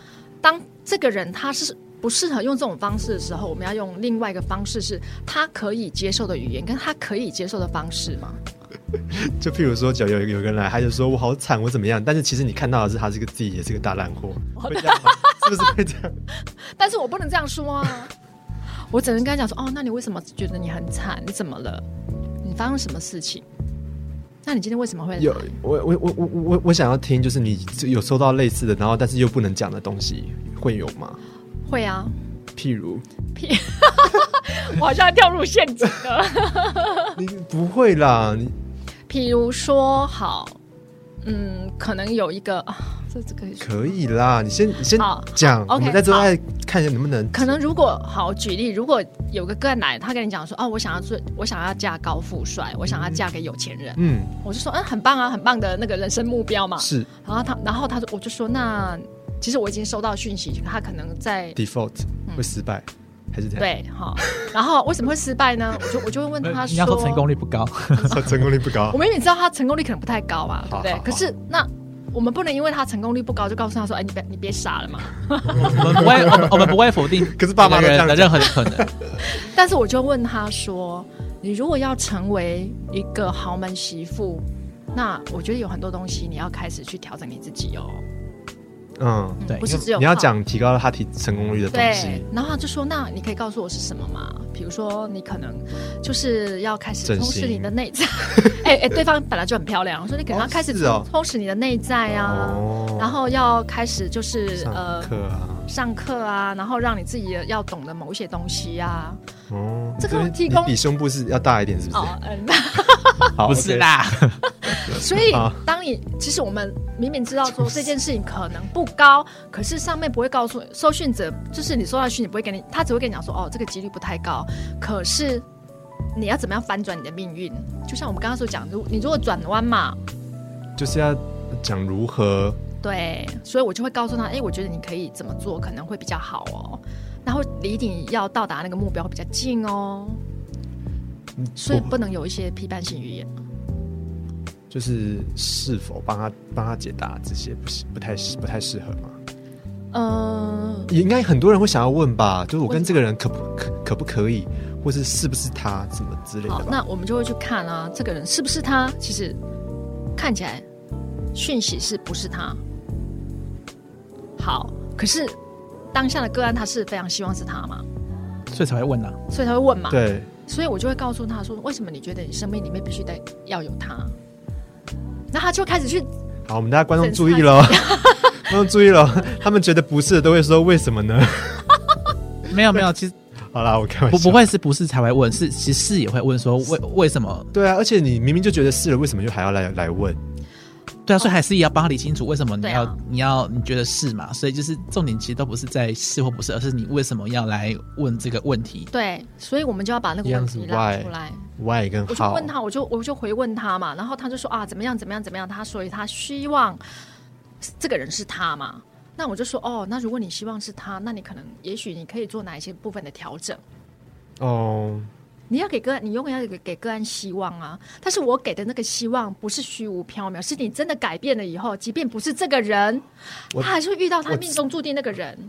S3: 当这个人他是不适合用这种方式的时候，我们要用另外一个方式，是他可以接受的语言，跟他可以接受的方式嘛？
S1: 就譬如说，假如有有个人来，他就说我好惨，我怎么样？但是其实你看到的是他是个自己也是个大烂货，会这样吗？是不是会这样？
S3: 但是我不能这样说啊， 我只能跟他讲说，哦，那你为什么觉得你很惨？你怎么了？你发生什么事情？那你今天为什么会来？
S1: 有我我我我我我想要听，就是你有收到类似的，然后但是又不能讲的东西，会有吗？
S3: 会啊，
S1: 譬 如
S3: 我好像掉入陷 阱了。
S1: 你不会啦，你
S3: 譬如说，好，嗯，可能有一个，啊、这这可以说。
S1: 可以啦，你先你先
S3: 好
S1: 讲，
S3: 好
S1: 我们
S3: OK，
S1: 在之后再看一下能不能。
S3: 可能如果好举例，如果有个个案来，他跟你讲说，哦，我想要做，我想要嫁高富帅，我想要嫁给有钱人，
S1: 嗯，
S3: 我就说，嗯，很棒啊，很棒的那个人生目标嘛。
S1: 是
S3: 然后他，然后他说，我就说，那其实我已经收到讯息，他可能在
S1: default
S3: 嗯
S1: 会失败，还是这样？
S3: 对哈、好然后为什么会失败呢？我就我就会问他
S2: 你要说成功
S3: 率，
S2: 率不高，
S1: 对， 成功率不高
S3: 我。明明知道他成功率可能不太高啊，对
S1: 好
S3: 不对？
S1: 好好
S3: 可是那我们不能因为他成功率不高就告诉他说，哎，你别你别傻了嘛。
S2: 我们不会，我们我们不会否定
S1: 可是爸妈都
S2: 每个
S1: 这样
S2: 人的
S1: 讲
S2: 任何的可能。
S3: 但是我就问他说：“你如果要成为一个豪门媳妇，那我觉得有很多东西你要开始去调整你自己哦。
S1: 嗯，
S3: 嗯
S2: 对
S3: 不是只有
S1: 你要
S3: 靠
S1: 讲提高他提成功率的东
S3: 对
S1: 西，。
S3: 然后他就说：那你可以告诉我是什么吗？比如说你可能就是要开始
S1: 整
S3: 充实你
S1: 形
S3: 的内在。 哎哎，对方本来就很漂亮，我说你可能要
S1: 哦
S3: 开始
S1: 是哦
S3: 充充实你的内在啊，
S1: 哦
S3: 然后要开始就是
S1: 上
S3: 呃
S1: 课啊，
S3: 上课啊，然后让你自己要懂得某一些东西啊。
S1: 哦，
S3: 这个
S1: 所以
S3: 提
S1: 你
S3: 供
S1: 比胸部是要大一点，是不是？
S3: 哦，嗯。”
S1: 好
S2: 不是
S1: OK
S2: 啦，
S3: 所以
S1: 啊，
S3: 当你其实我们明明知道说这件事情可能不高， 可是上面不会告诉收讯者，就是你收到讯，息不会给你，他只会跟你讲说，哦，这个几率不太高。可是你要怎么样翻转你的命运？就像我们刚刚所讲，如你如果转弯嘛，
S1: 就是要讲如何
S3: 对，所以我就会告诉他，哎，我觉得你可以怎么做，可能会比较好哦，然后离你要到达那个目标会比较近哦。所以不能有一些批判性语言，
S1: 就是是否帮他帮他解答这些不是不太不太适合吗？
S3: 嗯、
S1: 也应该很多人会想要问吧，就是我跟
S3: 为什么
S1: 这个人可不可可不可以，或是是不是他什么之类
S3: 好
S1: 的，吧？
S3: 那我们就会去看啊，这个人是不是他？其实看起来讯息是不是他？好，可是当下的个案他是非常希望是他嘛，
S2: 所以才会问啊呢。
S3: 所以他会问嘛。
S1: 对，
S3: 所以我就会告诉他说，为什么你觉得你生命里面必须得要有他？那他就开始去
S1: 好，我们大家观众注意喽， 观众注意喽，他们觉得不是的都会说为什么呢？
S2: 没有没有，其实
S1: 好啦，我开玩
S2: 不
S1: 笑，
S2: 不。会是不是才会问，是其实是也会问说为为什么？
S1: 对啊，而且你明明就觉得是了，为什么又还要来来问？
S2: 对啊，所以还是要帮他理清楚为什么你
S3: 对啊
S2: 要、你要你觉得是嘛？所以就是重点其实都不是在是或不是，而是你为什么要来问这个问题。
S3: 对，所以我们就要把那个
S1: 一样
S3: 问
S1: 是
S3: 题拉
S1: why
S3: 出来。
S1: why 跟
S3: 我就
S1: how？
S3: 问他，我就我就回问他嘛，然后他就说啊，怎么样怎么样怎么样，他所以他希望这个人是他嘛。那我就说哦，那如果你希望是他，那你可能也许你可以做哪一些部分的调整？
S1: 哦，
S3: 你要给个案，你永远要给给个案希望啊。但是我给的那个希望不是虚无缥缈，是你真的改变了以后，即便不是这个人，
S1: 我
S3: 他还是会遇到他
S1: 我
S3: 命中注定那个人。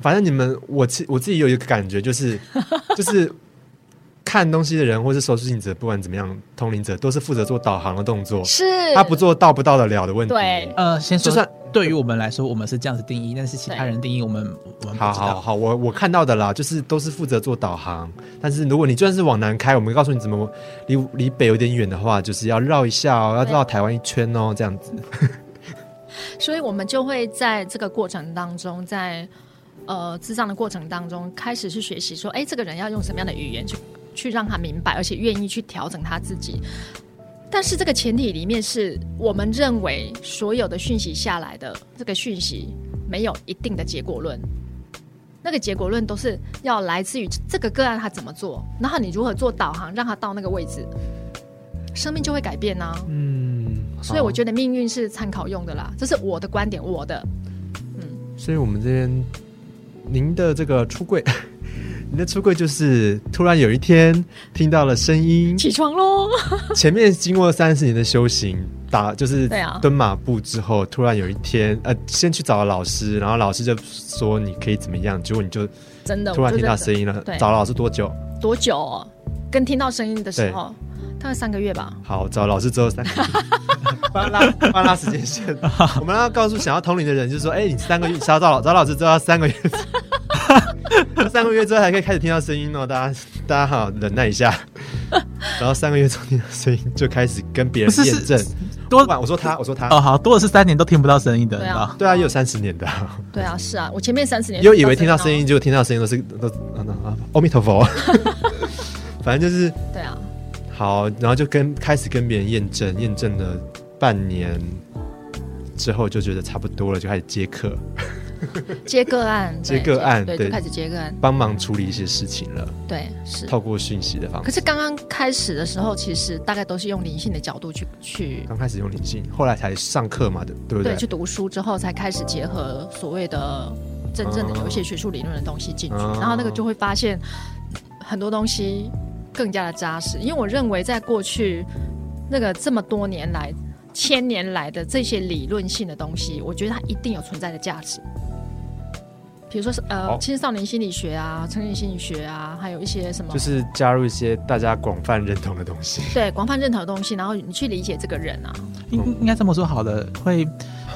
S1: 反正你们我自我自己有一个感觉，就是 就是看东西的人或是收视者，不管怎么样，通灵者都是负责做导航的动作，
S3: 是
S1: 他不做到不到得了的问题。
S3: 对，
S2: 呃，先说，
S1: 就算
S2: 对于我们来说，我们是这样子定义，但是其他人定义我们我们不知
S1: 好
S2: 道。
S1: 好好，我我看到的啦，就是都是负责做导航，但是如果你就算是往南开，我们告诉你怎么离离北有点远的话，就是要绕一下哦，要
S3: 对
S1: 绕台湾一圈哦，这样子。
S3: 所以我们就会在这个过程当中，在呃智障的过程当中，开始去学习说，哎，这个人要用什么样的语言去去让他明白，而且愿意去调整他自己。但是这个前提里面是我们认为所有的讯息下来的这个讯息没有一定的结果论，那个结果论都是要来自于这个个案他怎么做，然后你如何做导航让他到那个位置，生命就会改变呢、啊
S1: 嗯，
S3: 所以我
S1: 得，
S3: 觉得命运是参考用的啦，这是我的观点，我的。
S1: 所以我们这边您的这个出柜 你的出柜就是突然有一天听到了声 音，
S3: 起床 喽！
S1: 前面经过三十年的修行，打就是
S3: 对啊
S1: 蹲马步之后，突然有一天，呃，先去找老师，然后老师就说你可以怎么样，结果你就
S3: 真的，
S1: 突然
S3: 我就
S1: 听到
S3: 真的
S1: 声音了
S3: 对。
S1: 找老师多久？
S3: 多久、哦？跟听到声音的时候，大概三个月吧。
S1: 好，找老师之后三个月，帮他拉帮他拉时间线。我们要告诉想要同龄的人，就是说，哎、你三个月找找老找老师之后要三个月，三个月之后才可以开始听到声音哦。大家大家好，忍耐一下。然后三个月之后听到声音，就开始跟别人
S2: 不是
S1: 验证。
S2: 多
S1: 不管我说他，我说他，
S2: 哦，好多的是三年都听不到声音的，你
S3: 对
S2: 知
S3: 啊
S2: 道？
S1: 对啊，也有三十年的啊、
S3: 对啊，是啊，我前面三十年
S1: 又以为听到
S3: 哦
S1: 声，音，结果听到声音都是都啊那啊，阿弥陀佛。反正就是
S3: 对啊，
S1: 好，然后就跟开始跟别人验证，验证了半年之后，就觉得差不多了，就开始接客，
S3: 接个案， 对
S1: 接个案
S3: 对，
S1: 对
S3: 就开始接个案，
S1: 帮忙处理一些事情了，
S3: 对，是。
S1: 透过讯息的方
S3: 可
S1: 式。
S3: 是刚刚开始的时候，其实大概都是用灵性的角度去去
S1: 刚开始用灵性，后来才上课嘛，对对不
S3: 对去读书之后，才开始结合所谓的真正
S1: 嗯
S3: 的有一些学术理论的东西进去，
S1: 哦
S3: 然后那个就会发现很多东西更加的扎实。因为我认为在过去那个这么多年来、千年来的这些理论性的东西，我觉得它一定有存在的价值。比如说是呃
S1: 好
S3: 青少年心理学啊、成人心理学啊，还有一些什么
S1: 就是加入一些大家广泛认同的东西。
S3: 对广泛认同的东西，然后你去理解这个人啊，
S1: 哦
S2: 应应该这么说好了，会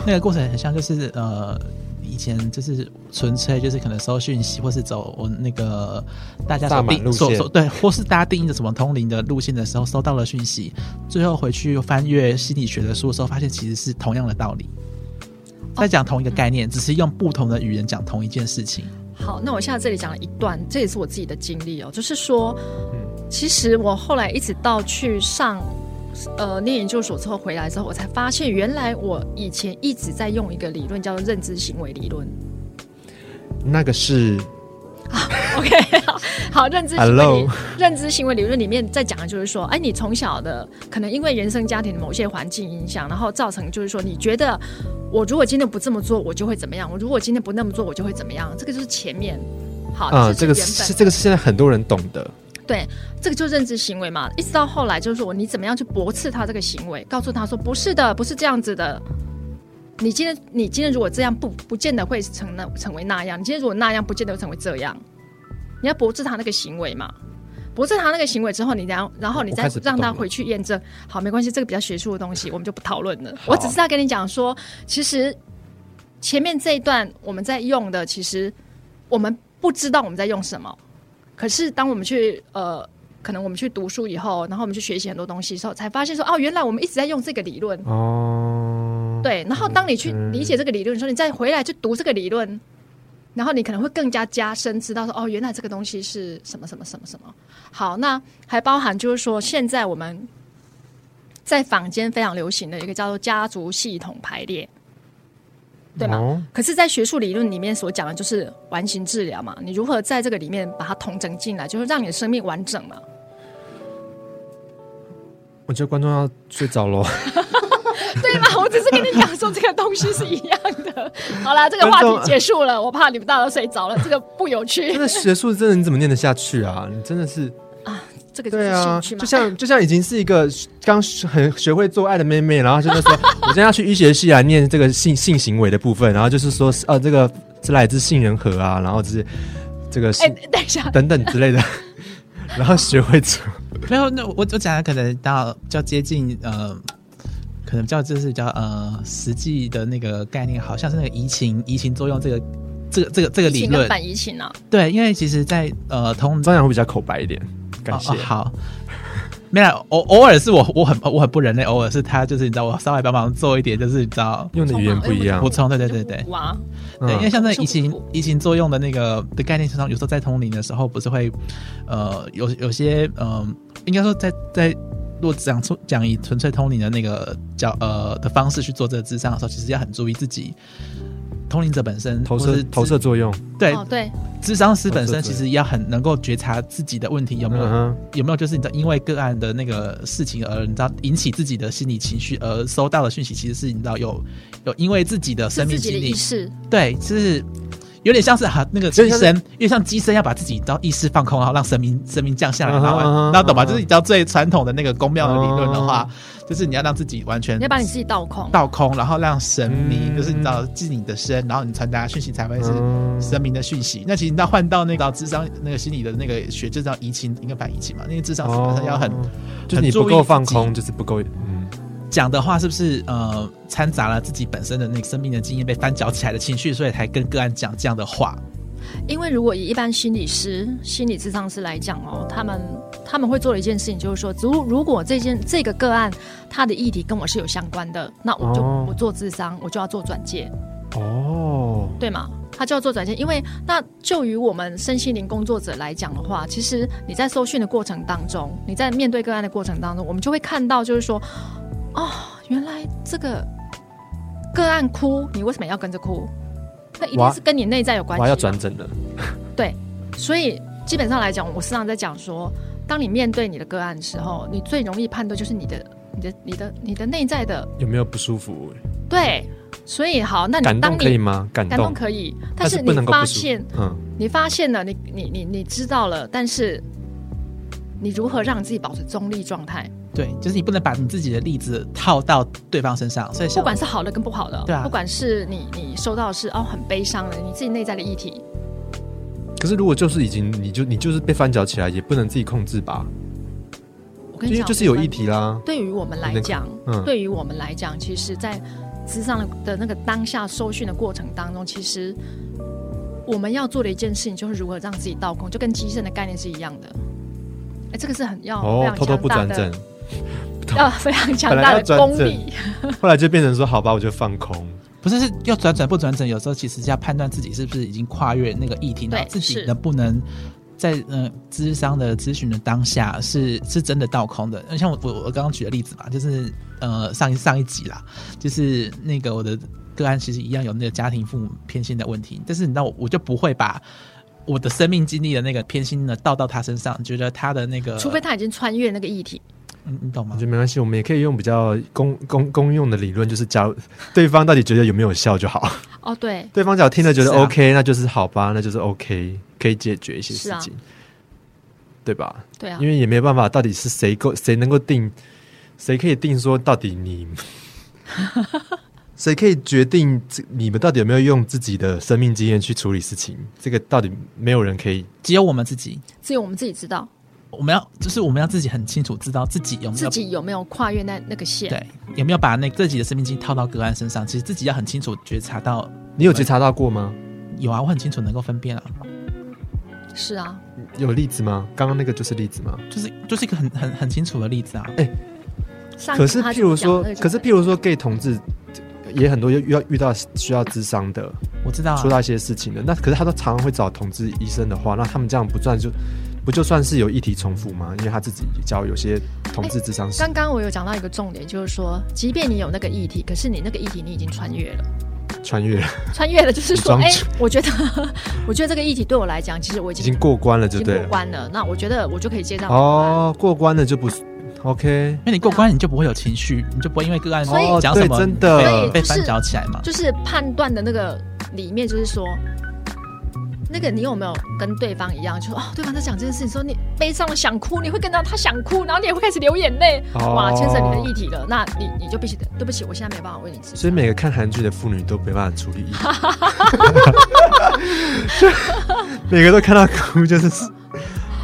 S2: 那个过程很像，就是呃，以前就是纯粹就是可能搜讯息，或是走我那个大家所
S1: 大马
S2: 定
S1: 路
S2: 所
S1: 线
S2: 所对，或是大家定义的什么通灵的路线的时候，收到了讯息，最后回去翻阅心理学的书的时候，发现其实是同样的道理，在讲同一个概念，只是用不同的语言讲同一件事情。
S3: 好，那我现在这里讲了一段，这也是我自己的经历哦，就是说，
S1: 嗯
S3: 其实我后来一直到去上呃念研究所之后回来之后，我才发现原来我以前一直在用一个理论叫做认知行为理论。
S1: 那个是
S3: OK，好， 好，认知行为
S1: Hello
S3: 理认知行为理论里面在讲的就是说，哎，你从小的可能因为原生家庭的某些环境影响，然后造成就是说，你觉得我如果今天不这么做，我就会怎么样；我如果今天不那么做，我就会怎么样。这个就是前面。好，
S1: 啊、
S3: 是
S1: 这个
S3: 原本
S1: 是这个是现在很多人懂的，
S3: 对，这个就是认知行为嘛。一直到后来，就是说你怎么样去驳斥他这个行为，告诉他说不是的，不是这样子的。你今天你今天如果这样不，不见得会成那成为那样。你今天如果那样，不见得会成为这样。你要驳斥他那个行为嘛。驳斥他那个行为之后，你然后然后你
S1: 我
S3: 再
S1: 开始不
S3: 让他
S1: 懂了
S3: 回去验证。好，没关系，这个比较学术的东西，我们就不讨论了。
S1: 好
S3: 我只是要跟你讲说，其实前面这一段我们在用的，其实我们不知道我们在用什么。可是当我们去呃，可能我们去读书以后，然后我们去学习很多东西的时候，才发现说哦，原来我们一直在用这个理论。
S1: 哦，
S3: 对，然后当你去理解这个理论的时候，你再回来去读这个理论，然后你可能会更加加深知道说哦，原来这个东西是什么什么什么什么。好，那还包含就是说，现在我们在坊间非常流行的一个叫做家族系统排列，对吗？
S1: 哦
S3: 可是，在学术理论里面所讲的就是完形治疗嘛，你如何在这个里面把它统整进来，就是让你的生命完整嘛。
S1: 我觉得观众要睡着 喽。
S3: 对 吧？我只是跟你讲说这个东西是一样的。好啦，这个话
S1: 观众
S3: 题结束了，我怕你们大家都睡着了，这个不有
S1: 真
S3: 趣。
S1: 的学术真的你怎么念得下去啊？你真的是
S3: 这个就
S1: 对
S3: 是
S1: 啊，
S3: 兴趣嘛。
S1: 就像就像已经是一个刚学很学会做爱的妹妹，然后就在说，我今天要去医学系来念这个性性行为的部分，然后就是说，呃，这个是来自杏仁核啊，然后就是这个
S3: 哎、
S1: 性
S3: 等一下，
S1: 等等之类的，然后学会做，
S2: 没有，那我我讲的可能到比较接近呃，可能比较就是比较呃实际的那个概念，好像是那个移情移情作用这个这个这个这个
S3: 移
S2: 理
S3: 情跟
S2: 论。
S3: 反移情啊，
S2: 对，因为其实在，呃通
S1: 张扬会比较口白一点，感谢
S2: 哦哦。好。没有，偶偶尔是我我很我很不人类，偶尔是他就是你知道我稍微帮忙做一点，就是你知道，
S1: 用的语言不一样
S2: 补，哦充对对对对，
S3: 哇，
S2: 对，因为
S1: 嗯，
S2: 像那
S3: 是
S2: 移情
S3: 不符
S2: 移情作用的那个的概念身上，有时候在通灵的时候，不是会呃有有些嗯、应该说在在如果讲出讲以纯粹通灵的那个叫呃的方式去做这个智商的时候，其实要很注意自己通灵者本身
S1: 投
S2: 或是
S1: 射
S2: 智
S1: 投射作用，
S2: 对
S3: 哦对，
S2: 智商师本身
S1: 投射
S2: 其
S1: 者
S2: 实要很能够觉察自己的问题有没有、
S1: 嗯
S2: 有没有就是你知道因为个案的那个事情而你知道引起自己的心理情绪而收到的讯息，其实是你知道有有因为自己的
S3: 是
S2: 生命
S3: 自己的
S2: 经历
S3: 意识，
S2: 对，就是有点像是哈、那个
S1: 就
S2: 机
S1: 像是
S2: 身，因为像机身要把自己到意识放空，然后让神明神明降下来，
S1: 嗯哼
S2: 然后
S1: 嗯哼
S2: 然后懂
S1: 嗯
S2: 吗？
S1: 哼
S2: 就是你知道最传统的那个宫庙的理论的
S1: 哦
S2: 话，就是你要让自己完全
S3: 你要把你自己倒空，
S2: 倒空，然后让神明、
S1: 嗯
S2: 就是你知道进你的身，然后你传达讯息才会是
S1: 嗯
S2: 神明的讯息。那其实你到换到那个智商那个心理的那个学，就叫移情，应该反移情嘛，那个智商
S1: 哦
S2: 好像要很。
S1: 就是你
S2: 很注
S1: 不
S2: 意
S1: 够放
S2: 自己
S1: 空，就是不够嗯，
S2: 讲的话是不是呃掺杂了自己本身的那个生命的经验被翻搅起来的情绪，所以才跟个案讲这样的话？
S3: 因为如果以一般心理师、心理咨商师来讲哦，他们他们会做的一件事情就是说，如如果这件这个个案他的议题跟我是有相关的，那我就、
S1: 哦
S3: 我做智商，我就要做转介，
S1: 哦，
S3: 对吗？他就要做转介，因为那就于我们身心灵工作者来讲的话，其实你在搜讯的过程当中，你在面对个案的过程当中，我们就会看到，就是说，哦，原来这个个案哭，你为什么要跟着哭？那一定
S1: 哇
S3: 是跟你内在有关
S1: 我
S3: 系。
S1: 还要转诊了，
S3: 所以基本上来讲，我时常在讲说，当你面对你的个案的时候，你最容易判断就是你的、你的、你的、你的内在的
S1: 有没有不舒服？
S3: 对。所以好，那
S1: 感
S3: 你
S1: 动
S3: 当
S1: 可以
S3: 你
S1: 吗？感
S3: 感动
S1: 动，
S3: 可以，但
S1: 但
S3: 是
S1: 是
S3: 你
S1: 不能够
S3: 发
S1: 不舒
S3: 现
S1: 服。嗯，
S3: 你发现了，你你你你知道了，但是你如何让自己保持中立状态？
S2: 对，就是你不能把你自己的例子套到对方身上，所以
S1: 啊
S3: 不
S2: 像
S3: 管是好的跟不好的，
S2: 对啊
S3: 不管是你你收到的是哦很悲伤的，你自己内在的议题，
S1: 可是如果就是已经你就你就是被翻搅起来，也不能自己控制吧？
S3: 我跟你
S1: 因为
S3: 讲，
S1: 就是有
S3: 我们
S1: 议题啦。
S3: 对于我们来讲，
S1: 嗯
S3: 对于我们来讲，其实，在职场的那个当下受训的过程当中，其实我们要做的一件事情就是如何让自己倒空，就跟机身的概念是一样的。哎，这个是很要非
S1: 哦，
S3: 常
S1: 偷偷不转
S3: 强大
S1: 诊
S3: 的，，要非常强
S1: 本来
S3: 大
S1: 要
S3: 的
S1: 转
S3: 功
S1: 正
S3: 力。
S1: 后来就变成说好吧，我就放空。
S2: 不是是要转转不转诊，有时候其实是要判断自己是不是已经跨越那个议题，
S3: 对
S2: 然后自己
S3: 是
S2: 能不能在嗯咨、商的咨询的当下是是真的倒空的。像我我我刚刚举的例子嘛，就是呃上一上一集啦，就是那个我的个案其实一样有那个家庭父母偏心的问题，但是你知道我我就不会把。我的生命经历的那个偏心呢，倒到他身上，觉得他的那
S1: 呃
S2: 个，
S3: 除非他已经穿越那个议题，
S2: 嗯你懂吗
S1: 我觉？得没关系，我们也可以用比较公公公用的理论，就是假如对方到底觉得有没有效就好。
S3: 哦，对，
S1: 对方只要听了觉得
S2: 是啊
S1: OK，、那就是好吧，那就是 OK，可以解决一些事
S3: 是啊
S1: 情，对吧？
S3: 对啊
S1: 因，为也没办法，到底是谁够谁能够定，谁可以定说到底 你，谁可以决定这你们到底有没有用自己的生命经验去处理事情？这个到底没有人可以
S2: 只有我们自己，
S3: 只有我们自己知道
S2: 我们要就是我们要自己很清楚知道自己有没
S3: 自
S2: 有
S3: 己有没有跨越那那个线。
S2: 对，有没有把那自己的生命经套到个案身上？其实自己要很清楚觉察到，
S1: 你有觉察到过吗？
S2: 有啊，我很清楚能够分辨啊，
S3: 是啊，
S1: 有例子吗？刚刚那个就是例子吗？
S2: 就是就是一个很很很清楚的例子啊。
S3: 上一
S1: 可
S3: 次
S1: 是
S3: 他
S1: 譬
S3: 就
S1: 如
S3: 讲
S1: 说
S3: 那个，就
S1: 可是
S3: 很
S1: 譬如说 gay 同志也很多遇到遇到需要智商的，
S2: 我知道、
S1: 出
S2: 啊，
S1: 到一些事情的。那可是他都常常会找同志医生的话，那他们这样不算就不就算是有议题重复吗？因为他自己教有些同
S3: 哎
S1: 志智商是、
S3: 刚刚我有讲到一个重点，就是说，即便你有那个议题，可是你那个议题你已经穿越了。
S1: 穿越了，
S3: 穿越了，就是说，
S1: 装
S3: 哎、
S1: 置
S3: 我觉得， 我觉得这个议题对我来讲，其实我已
S1: 已
S3: 经
S1: 经过关了，
S3: 已
S1: 就
S3: 经
S1: 对
S3: 过
S1: 了。
S3: 关了。那我觉得我就可以接到哦，
S1: 哦，过关了就不是 OK。
S2: 因为你过关，你就不会有情绪，你就不会因为个案
S3: 所以
S1: 哦，
S2: 讲
S1: 对
S2: 什，么
S1: 真
S3: 所以
S1: 的
S2: 被
S3: 就是
S2: 翻搅起来嘛。
S3: 就是判断的那个里面，就是说，那个你有没有跟对方一样，就说哦，对方在讲这件事情，说你悲伤了想哭，你会跟到他想哭，然后你也会开始流眼泪，
S1: 哦
S3: 哇，牵扯你的议题了，那你你就必须得对不起，我现在没办法为你治。
S1: 所以每个看韩剧的妇女都没办法处 理议题，每个都看到哭就是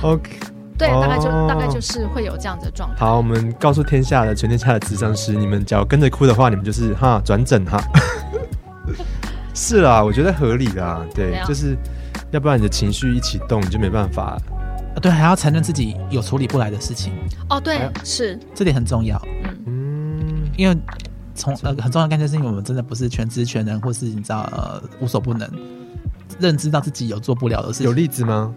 S1: OK。
S3: 对，大概就、
S1: 哦
S3: 大概就是会有这样子的状态。
S1: 好，我们告诉天下的全天下的智商师，你们只要跟着哭的话，你们就是哈转诊 哈。是啦，我觉得合理啦，对
S3: 对啊，
S1: 就是要不然你的情绪一起动，你就没办法。
S2: 啊对，还要承认自己有处理不来的事情，
S3: 哦，对
S1: 哎呀，
S3: 是，
S2: 这点很重要。
S3: 嗯，
S1: 嗯，
S2: 因为从呃很重要的概念，是因为我们真的不是全知全能，或是你知道呃无所不能，认知到自己有做不了的事
S1: 有
S2: 情。
S1: 例子吗？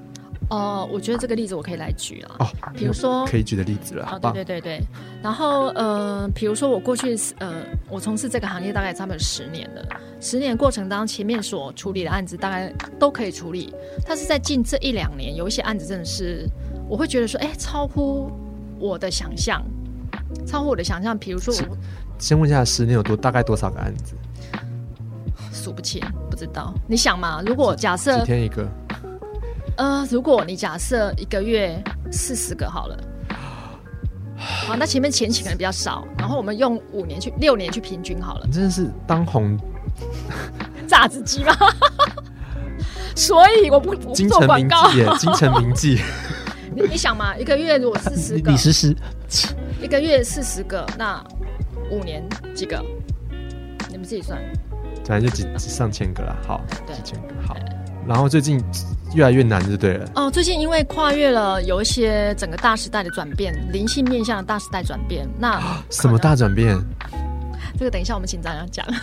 S3: 哦、我觉得这个例子我可以来举啊了。
S1: 哦，
S3: 比如说
S1: 有可以举的例子了，
S3: 啊，
S1: 好
S3: 对
S1: 棒。
S3: 对对对。然后呃，比如说我过去是呃，我从事这个行业大概差不多十年了，十年过程当中，前面所处理的案子大概都可以处理，但是在近这一两年，有一些案子真的是我会觉得说，哎，超乎我的想象，超乎我的想象。比如说
S1: 是
S3: 我
S1: 先问一下，十年有多大概多少个案子？
S3: 数不清，不知道。你想嘛，如果假
S1: 几
S3: 设
S1: 天一个？
S3: 呃，如果你假设一个月四十个好了，好，那前面前期可能比较少，然后我们用五年去六年去平均好了
S1: 你，真的是当红
S3: 榨汁机吗？ 所以我不不
S1: 京
S3: 做
S1: 城
S3: 广
S1: 名
S3: 告
S1: 妓，耶，京城名妓。
S3: 你你想嘛，一个月如果四十个
S2: 李，诗诗，
S3: 一个月四十个，那五年几个？你们自己算。
S1: 反正就几几上千个啦，好，
S3: 对
S1: 几千个好。然后最近越来越难就对了，
S3: 哦，最近因为跨越了有一些整个大时代的转变，灵性面向的大时代转变，那
S1: 什么大转变？
S3: 这个等一下我们请张扬讲。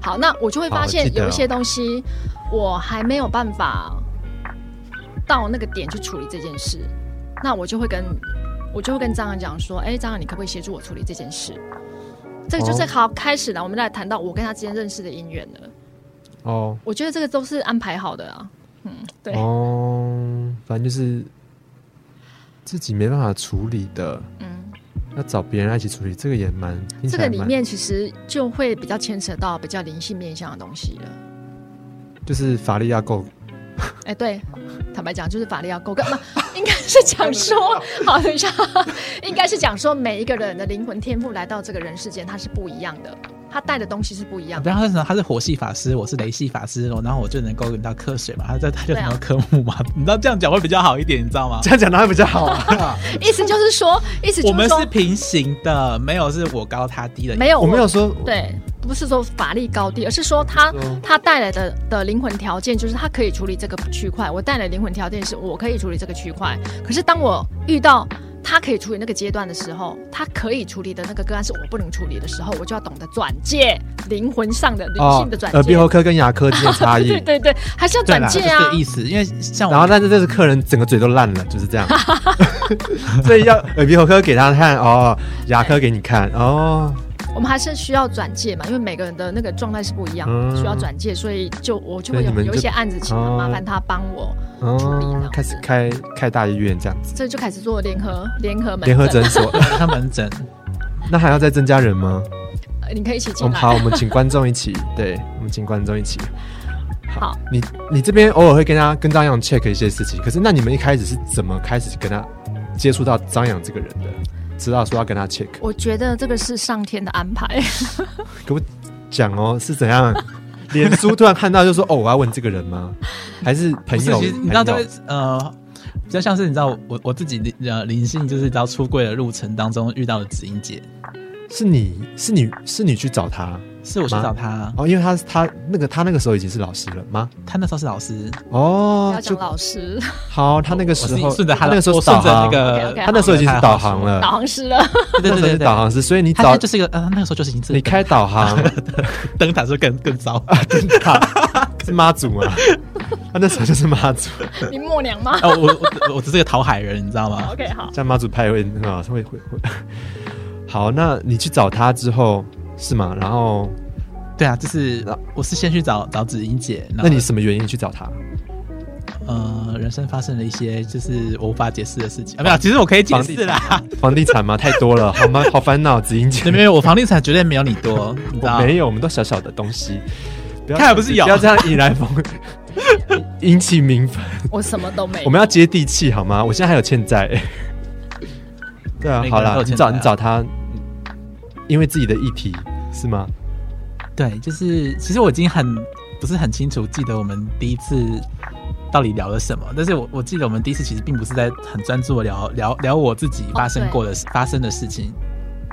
S3: 好，那我就会
S1: 好
S3: 发
S1: 我
S3: 现
S1: 记得
S3: 有一些
S1: 哦
S3: 东西我还没有办法到那个点去处理这件事，那我就会跟我就会跟张扬讲说，哎，张扬，你可不可以协助我处理这件事？这个就是
S1: 哦
S3: 好开始了，我们来谈到我跟他之间认识的姻缘了。
S1: 哦
S3: 我觉得这个都是安排好的啊。嗯，对，
S1: 哦，反正就是自己没办法处理的，
S3: 嗯。
S1: 要找别人来一起处理，这个也蛮听起
S3: 这个
S1: 来
S3: 里
S1: 蛮
S3: 面其实就会比较牵扯到比较灵性面向的东西了。
S1: 就是法力要够，
S3: 哎，对，坦白讲，就是法力要够，干嘛？应该是讲说，好，等一下，应该是讲说，每一个人的灵魂天赋来到这个人世间，它是不一样的，他带的东西是不一样的。
S2: 然后什么？他是火系法师，我是雷系法师，然后我就能够领到科水嘛，他就他就
S3: 对啊
S2: 能到科目嘛。 你知道这样讲会比较好一点，你知道吗？
S1: 这样讲当然比较好 啊。
S3: 意思就是说，意思
S2: 我
S3: 就是
S2: 们
S3: 说
S2: 是，平行的，没有是我高他低的。
S3: 没有
S1: 我没有说，
S3: 对，不是说法力高低，而是说他
S1: 说
S3: 他带来的的灵魂条件就是他可以处理这个区块，我带来的灵魂条件是我可以处理这个区块。可是当我遇到他可以处理那个阶段的时候，他可以处理的那个个案是我不能处理的时候，我就要懂得转介灵魂上的灵性的转
S1: 哦耳
S3: 介。
S1: 鼻喉科跟牙科之间的差异
S3: 对。对对，还是要
S2: 对
S3: 转
S2: 啦，就
S3: 介
S2: 是
S3: 啊
S2: 这。个意思。因为像我
S1: 然后，但是这是客人整个嘴都烂了，就是这 样。所以要耳鼻喉科给他看哦，牙科给你看哦。
S3: 我们还是需要转介嘛，因为每个人的那个状态是不一样的，
S1: 嗯
S3: 需要转介，所以就我就
S1: 所
S3: 会
S1: 以你
S3: 有
S1: 们就
S3: 有一些案子，请
S1: 哦
S3: 麻烦他帮我，处理这样
S1: 哦
S3: 子，
S1: 开始开开大医院这样子，
S3: 这就开始做联合联合门
S1: 联合
S3: 诊
S1: 诊 所，
S2: 他门诊，
S1: 那还要再增加人吗？
S3: 呃你可以一起
S1: 我
S3: 进
S1: 们
S3: 来。
S1: 哦好，我们请观众一 起，对，我们请观众一起。
S3: 好，
S1: 你你这边偶尔会跟他跟张扬 check 一些事情，可是那你们一开始是怎么开始跟他接触到张扬这个人的？知道说要跟他 check，
S3: 我觉得这个是上天的安排。
S1: 给我讲哦，是怎 样？脸书突然看到就说哦，我要问这个人吗？还是
S2: 不
S1: 朋
S2: 是
S1: 友？
S2: 其实你知道这
S1: 朋
S2: 个
S1: 友
S2: 呃，比较像是你知道我我自己灵呃灵性就是到出柜的路程当中遇到的子英姐，
S1: 是你是你是你去找他
S2: 是我去
S1: 妈
S2: 找她，
S1: 哦，因为他他那个他那个时候已经是老师了吗？
S2: 她那时候是老师，
S1: 哦
S3: 不要，
S1: 就
S3: 讲老师，
S1: 好，他那个时
S2: 我
S1: 候
S2: 是顺着她的
S1: 那个时候
S2: 我
S1: 是导
S2: 顺着那
S1: 航，
S2: 个
S3: OK，OK，
S1: 他那时候已经是导航了，
S3: 导航师了。
S1: 那
S2: 对对
S1: 时候
S2: 对
S1: 是
S2: 对，
S1: 导航师，所以你
S2: 他
S1: 找
S2: 现在就是一个呃，那个时候就是已经这
S1: 你开导航
S2: 灯塔是更 更糟。
S1: 是妈祖吗？他那时候就是妈祖，
S3: 你默娘吗
S1: 哦
S2: 啊，我我我只是个讨海人，你知道吗？
S3: ？OK，好。
S1: 像妈祖派会很好，会会会。好，那你去找他之后是吗？然后，
S2: 对啊，就是我是先去找找子英姐，然后
S1: 那你什么原因去找他？
S2: 呃，人生发生了一些就是我无法解释的事情啊，没有，其实我可以解释啦。
S1: 哦房地产吗？太多了，好吗？好烦恼，子英姐
S2: 没有，没有，我房地产绝对没有你 多，你
S1: 我
S2: 知道？
S1: 没有，我们都小小的东西。不要
S2: 看来不是有哎
S1: 不要这样引来风， 引起民愤。
S3: 我什么都没有。
S1: 我们要接地气好吗？我现在还有欠 债。对啊，
S2: 每个
S1: 好
S2: 人都
S1: 啦，
S2: 有
S1: 你
S2: 欠
S1: 找
S2: 债啊
S1: 你找他，因为自己的议题是吗？
S2: 对，就是其实我已经很不是很清楚记得我们第一次到底聊了什么，但是我我记得我们第一次其实并不是在很专注的聊聊聊我自己发生
S1: 哦
S2: 过的、发生的事情，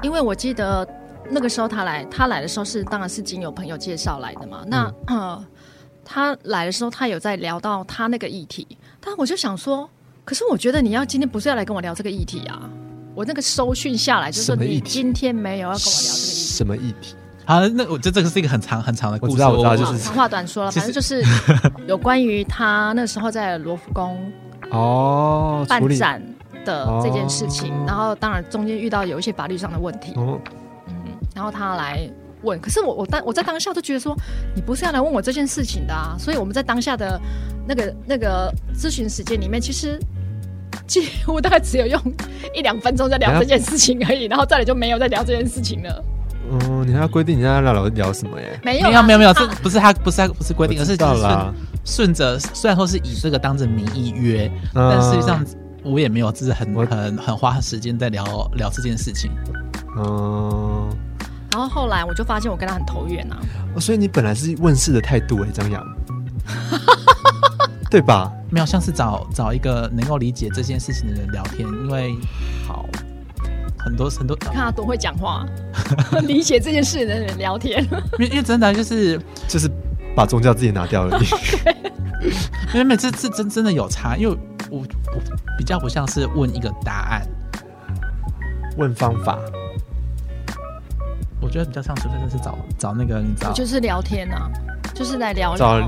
S3: 因为我记得那个时候他来，他来的时候是当然是经由朋友介绍来的嘛。那、
S1: 嗯
S3: 呃，他来的时候，他有在聊到他那个议题，但我就想说，可是我觉得你要今天不是要来跟我聊这个议题啊。我那个收讯下来就是说
S1: 什么
S3: 你
S1: 议题
S3: 今天没有要跟我聊这个议题。
S1: 什么议题？
S2: 好，那我这这个是一个很长很长的故事，
S1: 我知道我知道
S3: 好
S1: 就是
S3: 长话短说了，
S2: 其
S3: 反
S2: 实
S3: 正就是有关于他那时候在罗浮宫
S1: 哦，
S3: 办
S1: 处理
S3: 展的这件事情，
S1: 哦
S3: 然后当然中间遇到有一些法律上的问题，
S1: 哦，
S3: 然后他来问，可是我我当我在当下就觉得说，你不是要来问我这件事情的啊，所以我们在当下的那个那个咨询时间里面，其实。几乎大概只有用一两分钟在聊这件事情而已，然后再来就没有再聊这件事情了。
S1: 嗯，你还要规定人家要聊聊什么耶？
S3: 没有
S2: 没
S3: 啦
S2: 有没有没有，
S3: 他
S2: 这不是他不是他不是规定，
S1: 我
S2: 而
S1: 知
S2: 是就
S1: 道
S2: 是顺
S1: 啦，
S2: 顺着，虽然说是以这个当成名义约，但实际上我也没有，就是很
S1: 嗯我
S2: 很很花时间在聊聊这件事情。
S1: 嗯，
S3: 然后后来我就发现我跟他很投缘啊，
S1: 哦所以你本来是问世的态度哎， 张扬，对吧？
S2: 没有，像是找找一个能够理解这件事情的人聊天，因为好很多很多，
S3: 看他多会讲话， 理解这件事的人聊天。
S2: 因为因为真的就是
S1: 就是把宗教自己拿掉 了，
S2: 没有没有，这这真真的有差，因为我我比较不像是问一个答案，
S1: 问方法。
S2: 我觉得比较像是真的是找找那个你知道
S3: 我，就是聊天啊，就是来聊
S1: 找
S3: 聊。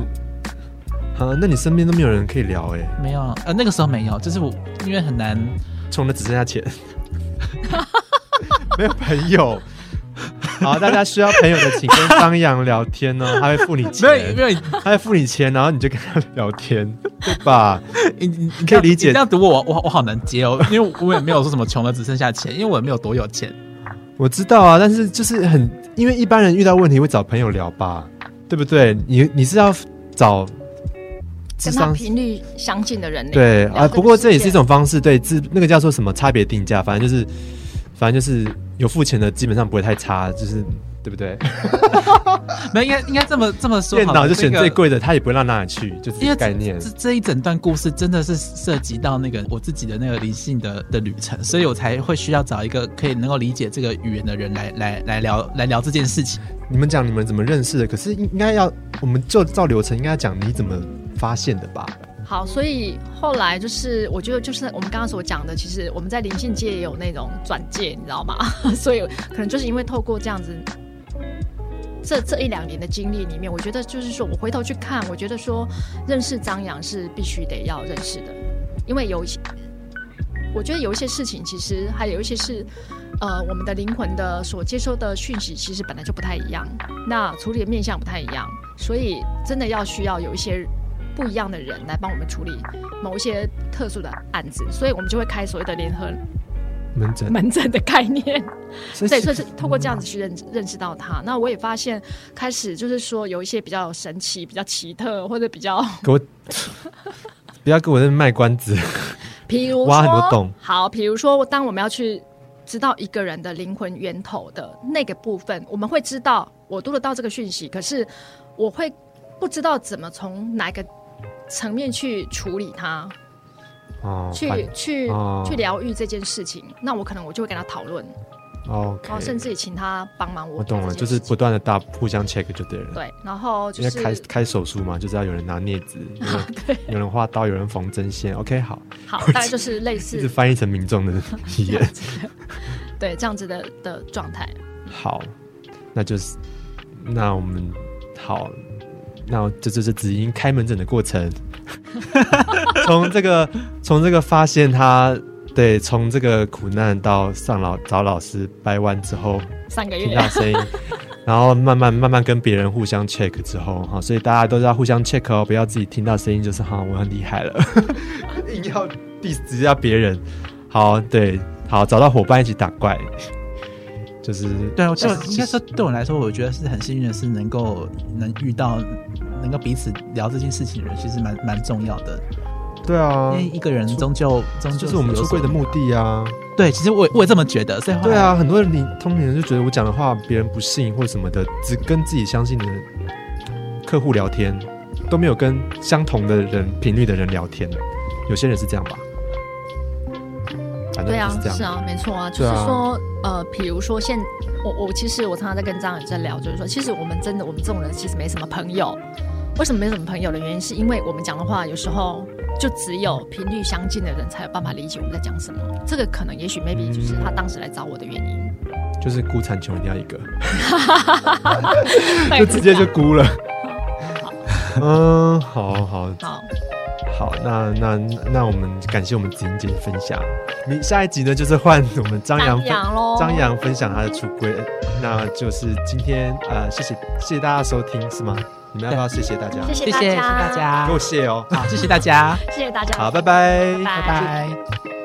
S1: 啊，那你身边都没有人可以聊哎，
S2: 没有呃那个时候没有，就是我因为很难，
S1: 穷的只剩下 钱，没有朋友。好，大家需要朋友的，请跟张扬聊天 哦，他会付你钱，
S2: 有
S1: 他会付你钱，然后你就跟他聊天，对吧？
S2: 你你你
S1: 可以理解
S2: 你这样读我我我好难接哦，因为我也没有说什么穷的只剩下钱，因为我也没有多有钱，
S1: 我知道啊，但是就是很，因为一般人遇到问题会找朋友聊吧，对不对？你你是要找智
S3: 跟他
S1: 商
S3: 频率相近的人聊
S1: 对
S3: 聊
S1: 啊，
S3: 个
S1: 不过这也
S3: 世
S1: 是一
S3: 界
S1: 种方式，对，自那个叫做什么差别定价，反正就是，反正就是有付钱的基本上不会太差，就是对不对？
S2: 那应该应该这么这么说
S1: 电
S2: 好了，
S1: 脑就选
S2: 这个
S1: 最贵的，他也不会让哪里去，就
S2: 因
S1: 是
S2: 为
S1: 概念
S2: 这。这一整段故事真的是涉及到那个我自己的那个灵性的的旅程，所以我才会需要找一个可以能够理解这个语言的人来来来聊来聊这件事情。
S1: 你们讲你们怎么认识的，可是应该要我们就照流程应该要讲你怎么发现的吧？
S3: 好，所以后来就是，我觉得就是我们刚刚所讲的，其实我们在灵性界也有那种转介，你知道吗？ 所以可能就是因为透过这样子，这这一两年的经历里面，我觉得就是说我回头去看，我觉得说认识张扬是必须得要认识的，因为有一些，我觉得有一些事情，其实还有一些是，呃，我们的灵魂的所接收的讯息，其实本来就不太一样，那处理的面向不太一样，所以真的要需要有一些不一样的人来帮我们处理某一些特殊的案子，所以我们就会开所谓的联合
S1: 门诊，
S3: 门诊的概 念。
S1: 所
S3: 嗯对，所以是透过这样子去认认识到他。那我也发现，开始就是说有一些比较神奇、比较奇特，或者 比较，
S1: 给我不要给我在那边卖关子。
S3: 比如说
S1: 挖很多洞
S3: 好，比如说当我们要去知道一个人的灵魂源头的那个部分，我们会知道我读得到这个讯息，可是我会不知道怎么从哪个层面去处理它，
S1: 哦，
S3: 去去、
S1: 哦
S3: 去疗愈这件事情，那我可能我就会跟他讨论，
S1: OK，
S3: 然后哦甚至也请他帮忙我。
S1: 我懂了，就是不断的大互相 check 就对了。
S3: 对，然后
S1: 因
S3: 就
S1: 为
S3: 是啊
S1: 开开手术嘛，就是要有人拿镊 子，有人有人画刀，有人缝针线。OK，好，
S3: 好，大概就是类
S1: 一直
S3: 似
S1: 翻译成民众的语言。
S3: 对这样子的的状态。
S1: 好，那就是那我们好，那这就是子英开门诊的过程，从这个从这个发现他对，从这个苦难到上老找老师掰弯之后，
S3: 三个
S1: 听
S3: 月
S1: 到，声音，然后慢慢慢慢跟别人互相 check 之后哈，所以大家都要互相 check 哦，不要自己听到声音就是哈我很厉害了，硬要 diss 直接要别人。好，对，好找到伙伴一起打怪，就是
S2: 对，我就
S1: 就是
S2: 应该说对我来说，我觉得是很幸运的是能够能遇到能够彼此聊这件事情的人，其实蛮蛮重要的。
S1: 对啊
S2: 因为一个人终究终究
S1: 就是我们
S2: 有
S1: 出
S2: 所
S1: 柜的目的啊。
S2: 对，其实我也我也这么觉得，所以后来
S1: 对啊，很多人你通常人就觉得我讲的话别人不信或什么的，只跟自己相信的客户聊天，都没有跟相同的人频率的人聊天。有些人是这样吧？反正
S3: 对
S1: 就
S3: 啊
S1: 是这样。，
S3: 是啊，没错啊，就是
S1: 对啊
S3: 说，呃，比如说现我我其实我常常在跟张远在聊，就是说，其实我们真的我们这种人其实没什么朋友。为什么没什么朋友的原因，是因为我们讲的话有时候就只有频率相近的人才有办法理解我们在讲什么。这个可能也许 maybe 就是他当时来找我的原因。
S1: 就是孤产穷一定要一个，
S3: 对
S1: 就直接就孤了。嗯，好好
S3: 好，
S1: 好，那那那我们感谢我们子英姐的分享。你下一集呢，就是换我们张扬
S3: 张
S1: 分
S3: 扬喽，
S1: 张扬分享他的出柜，那就是今天呃，谢谢谢谢大家收听是吗？你们要不要谢谢大家？
S3: 谢谢
S2: 谢谢谢谢大，家
S1: 给我，谢哦。
S2: 好谢谢大家，
S3: 谢谢大家，
S1: 好，拜拜，
S3: 拜
S2: 拜拜。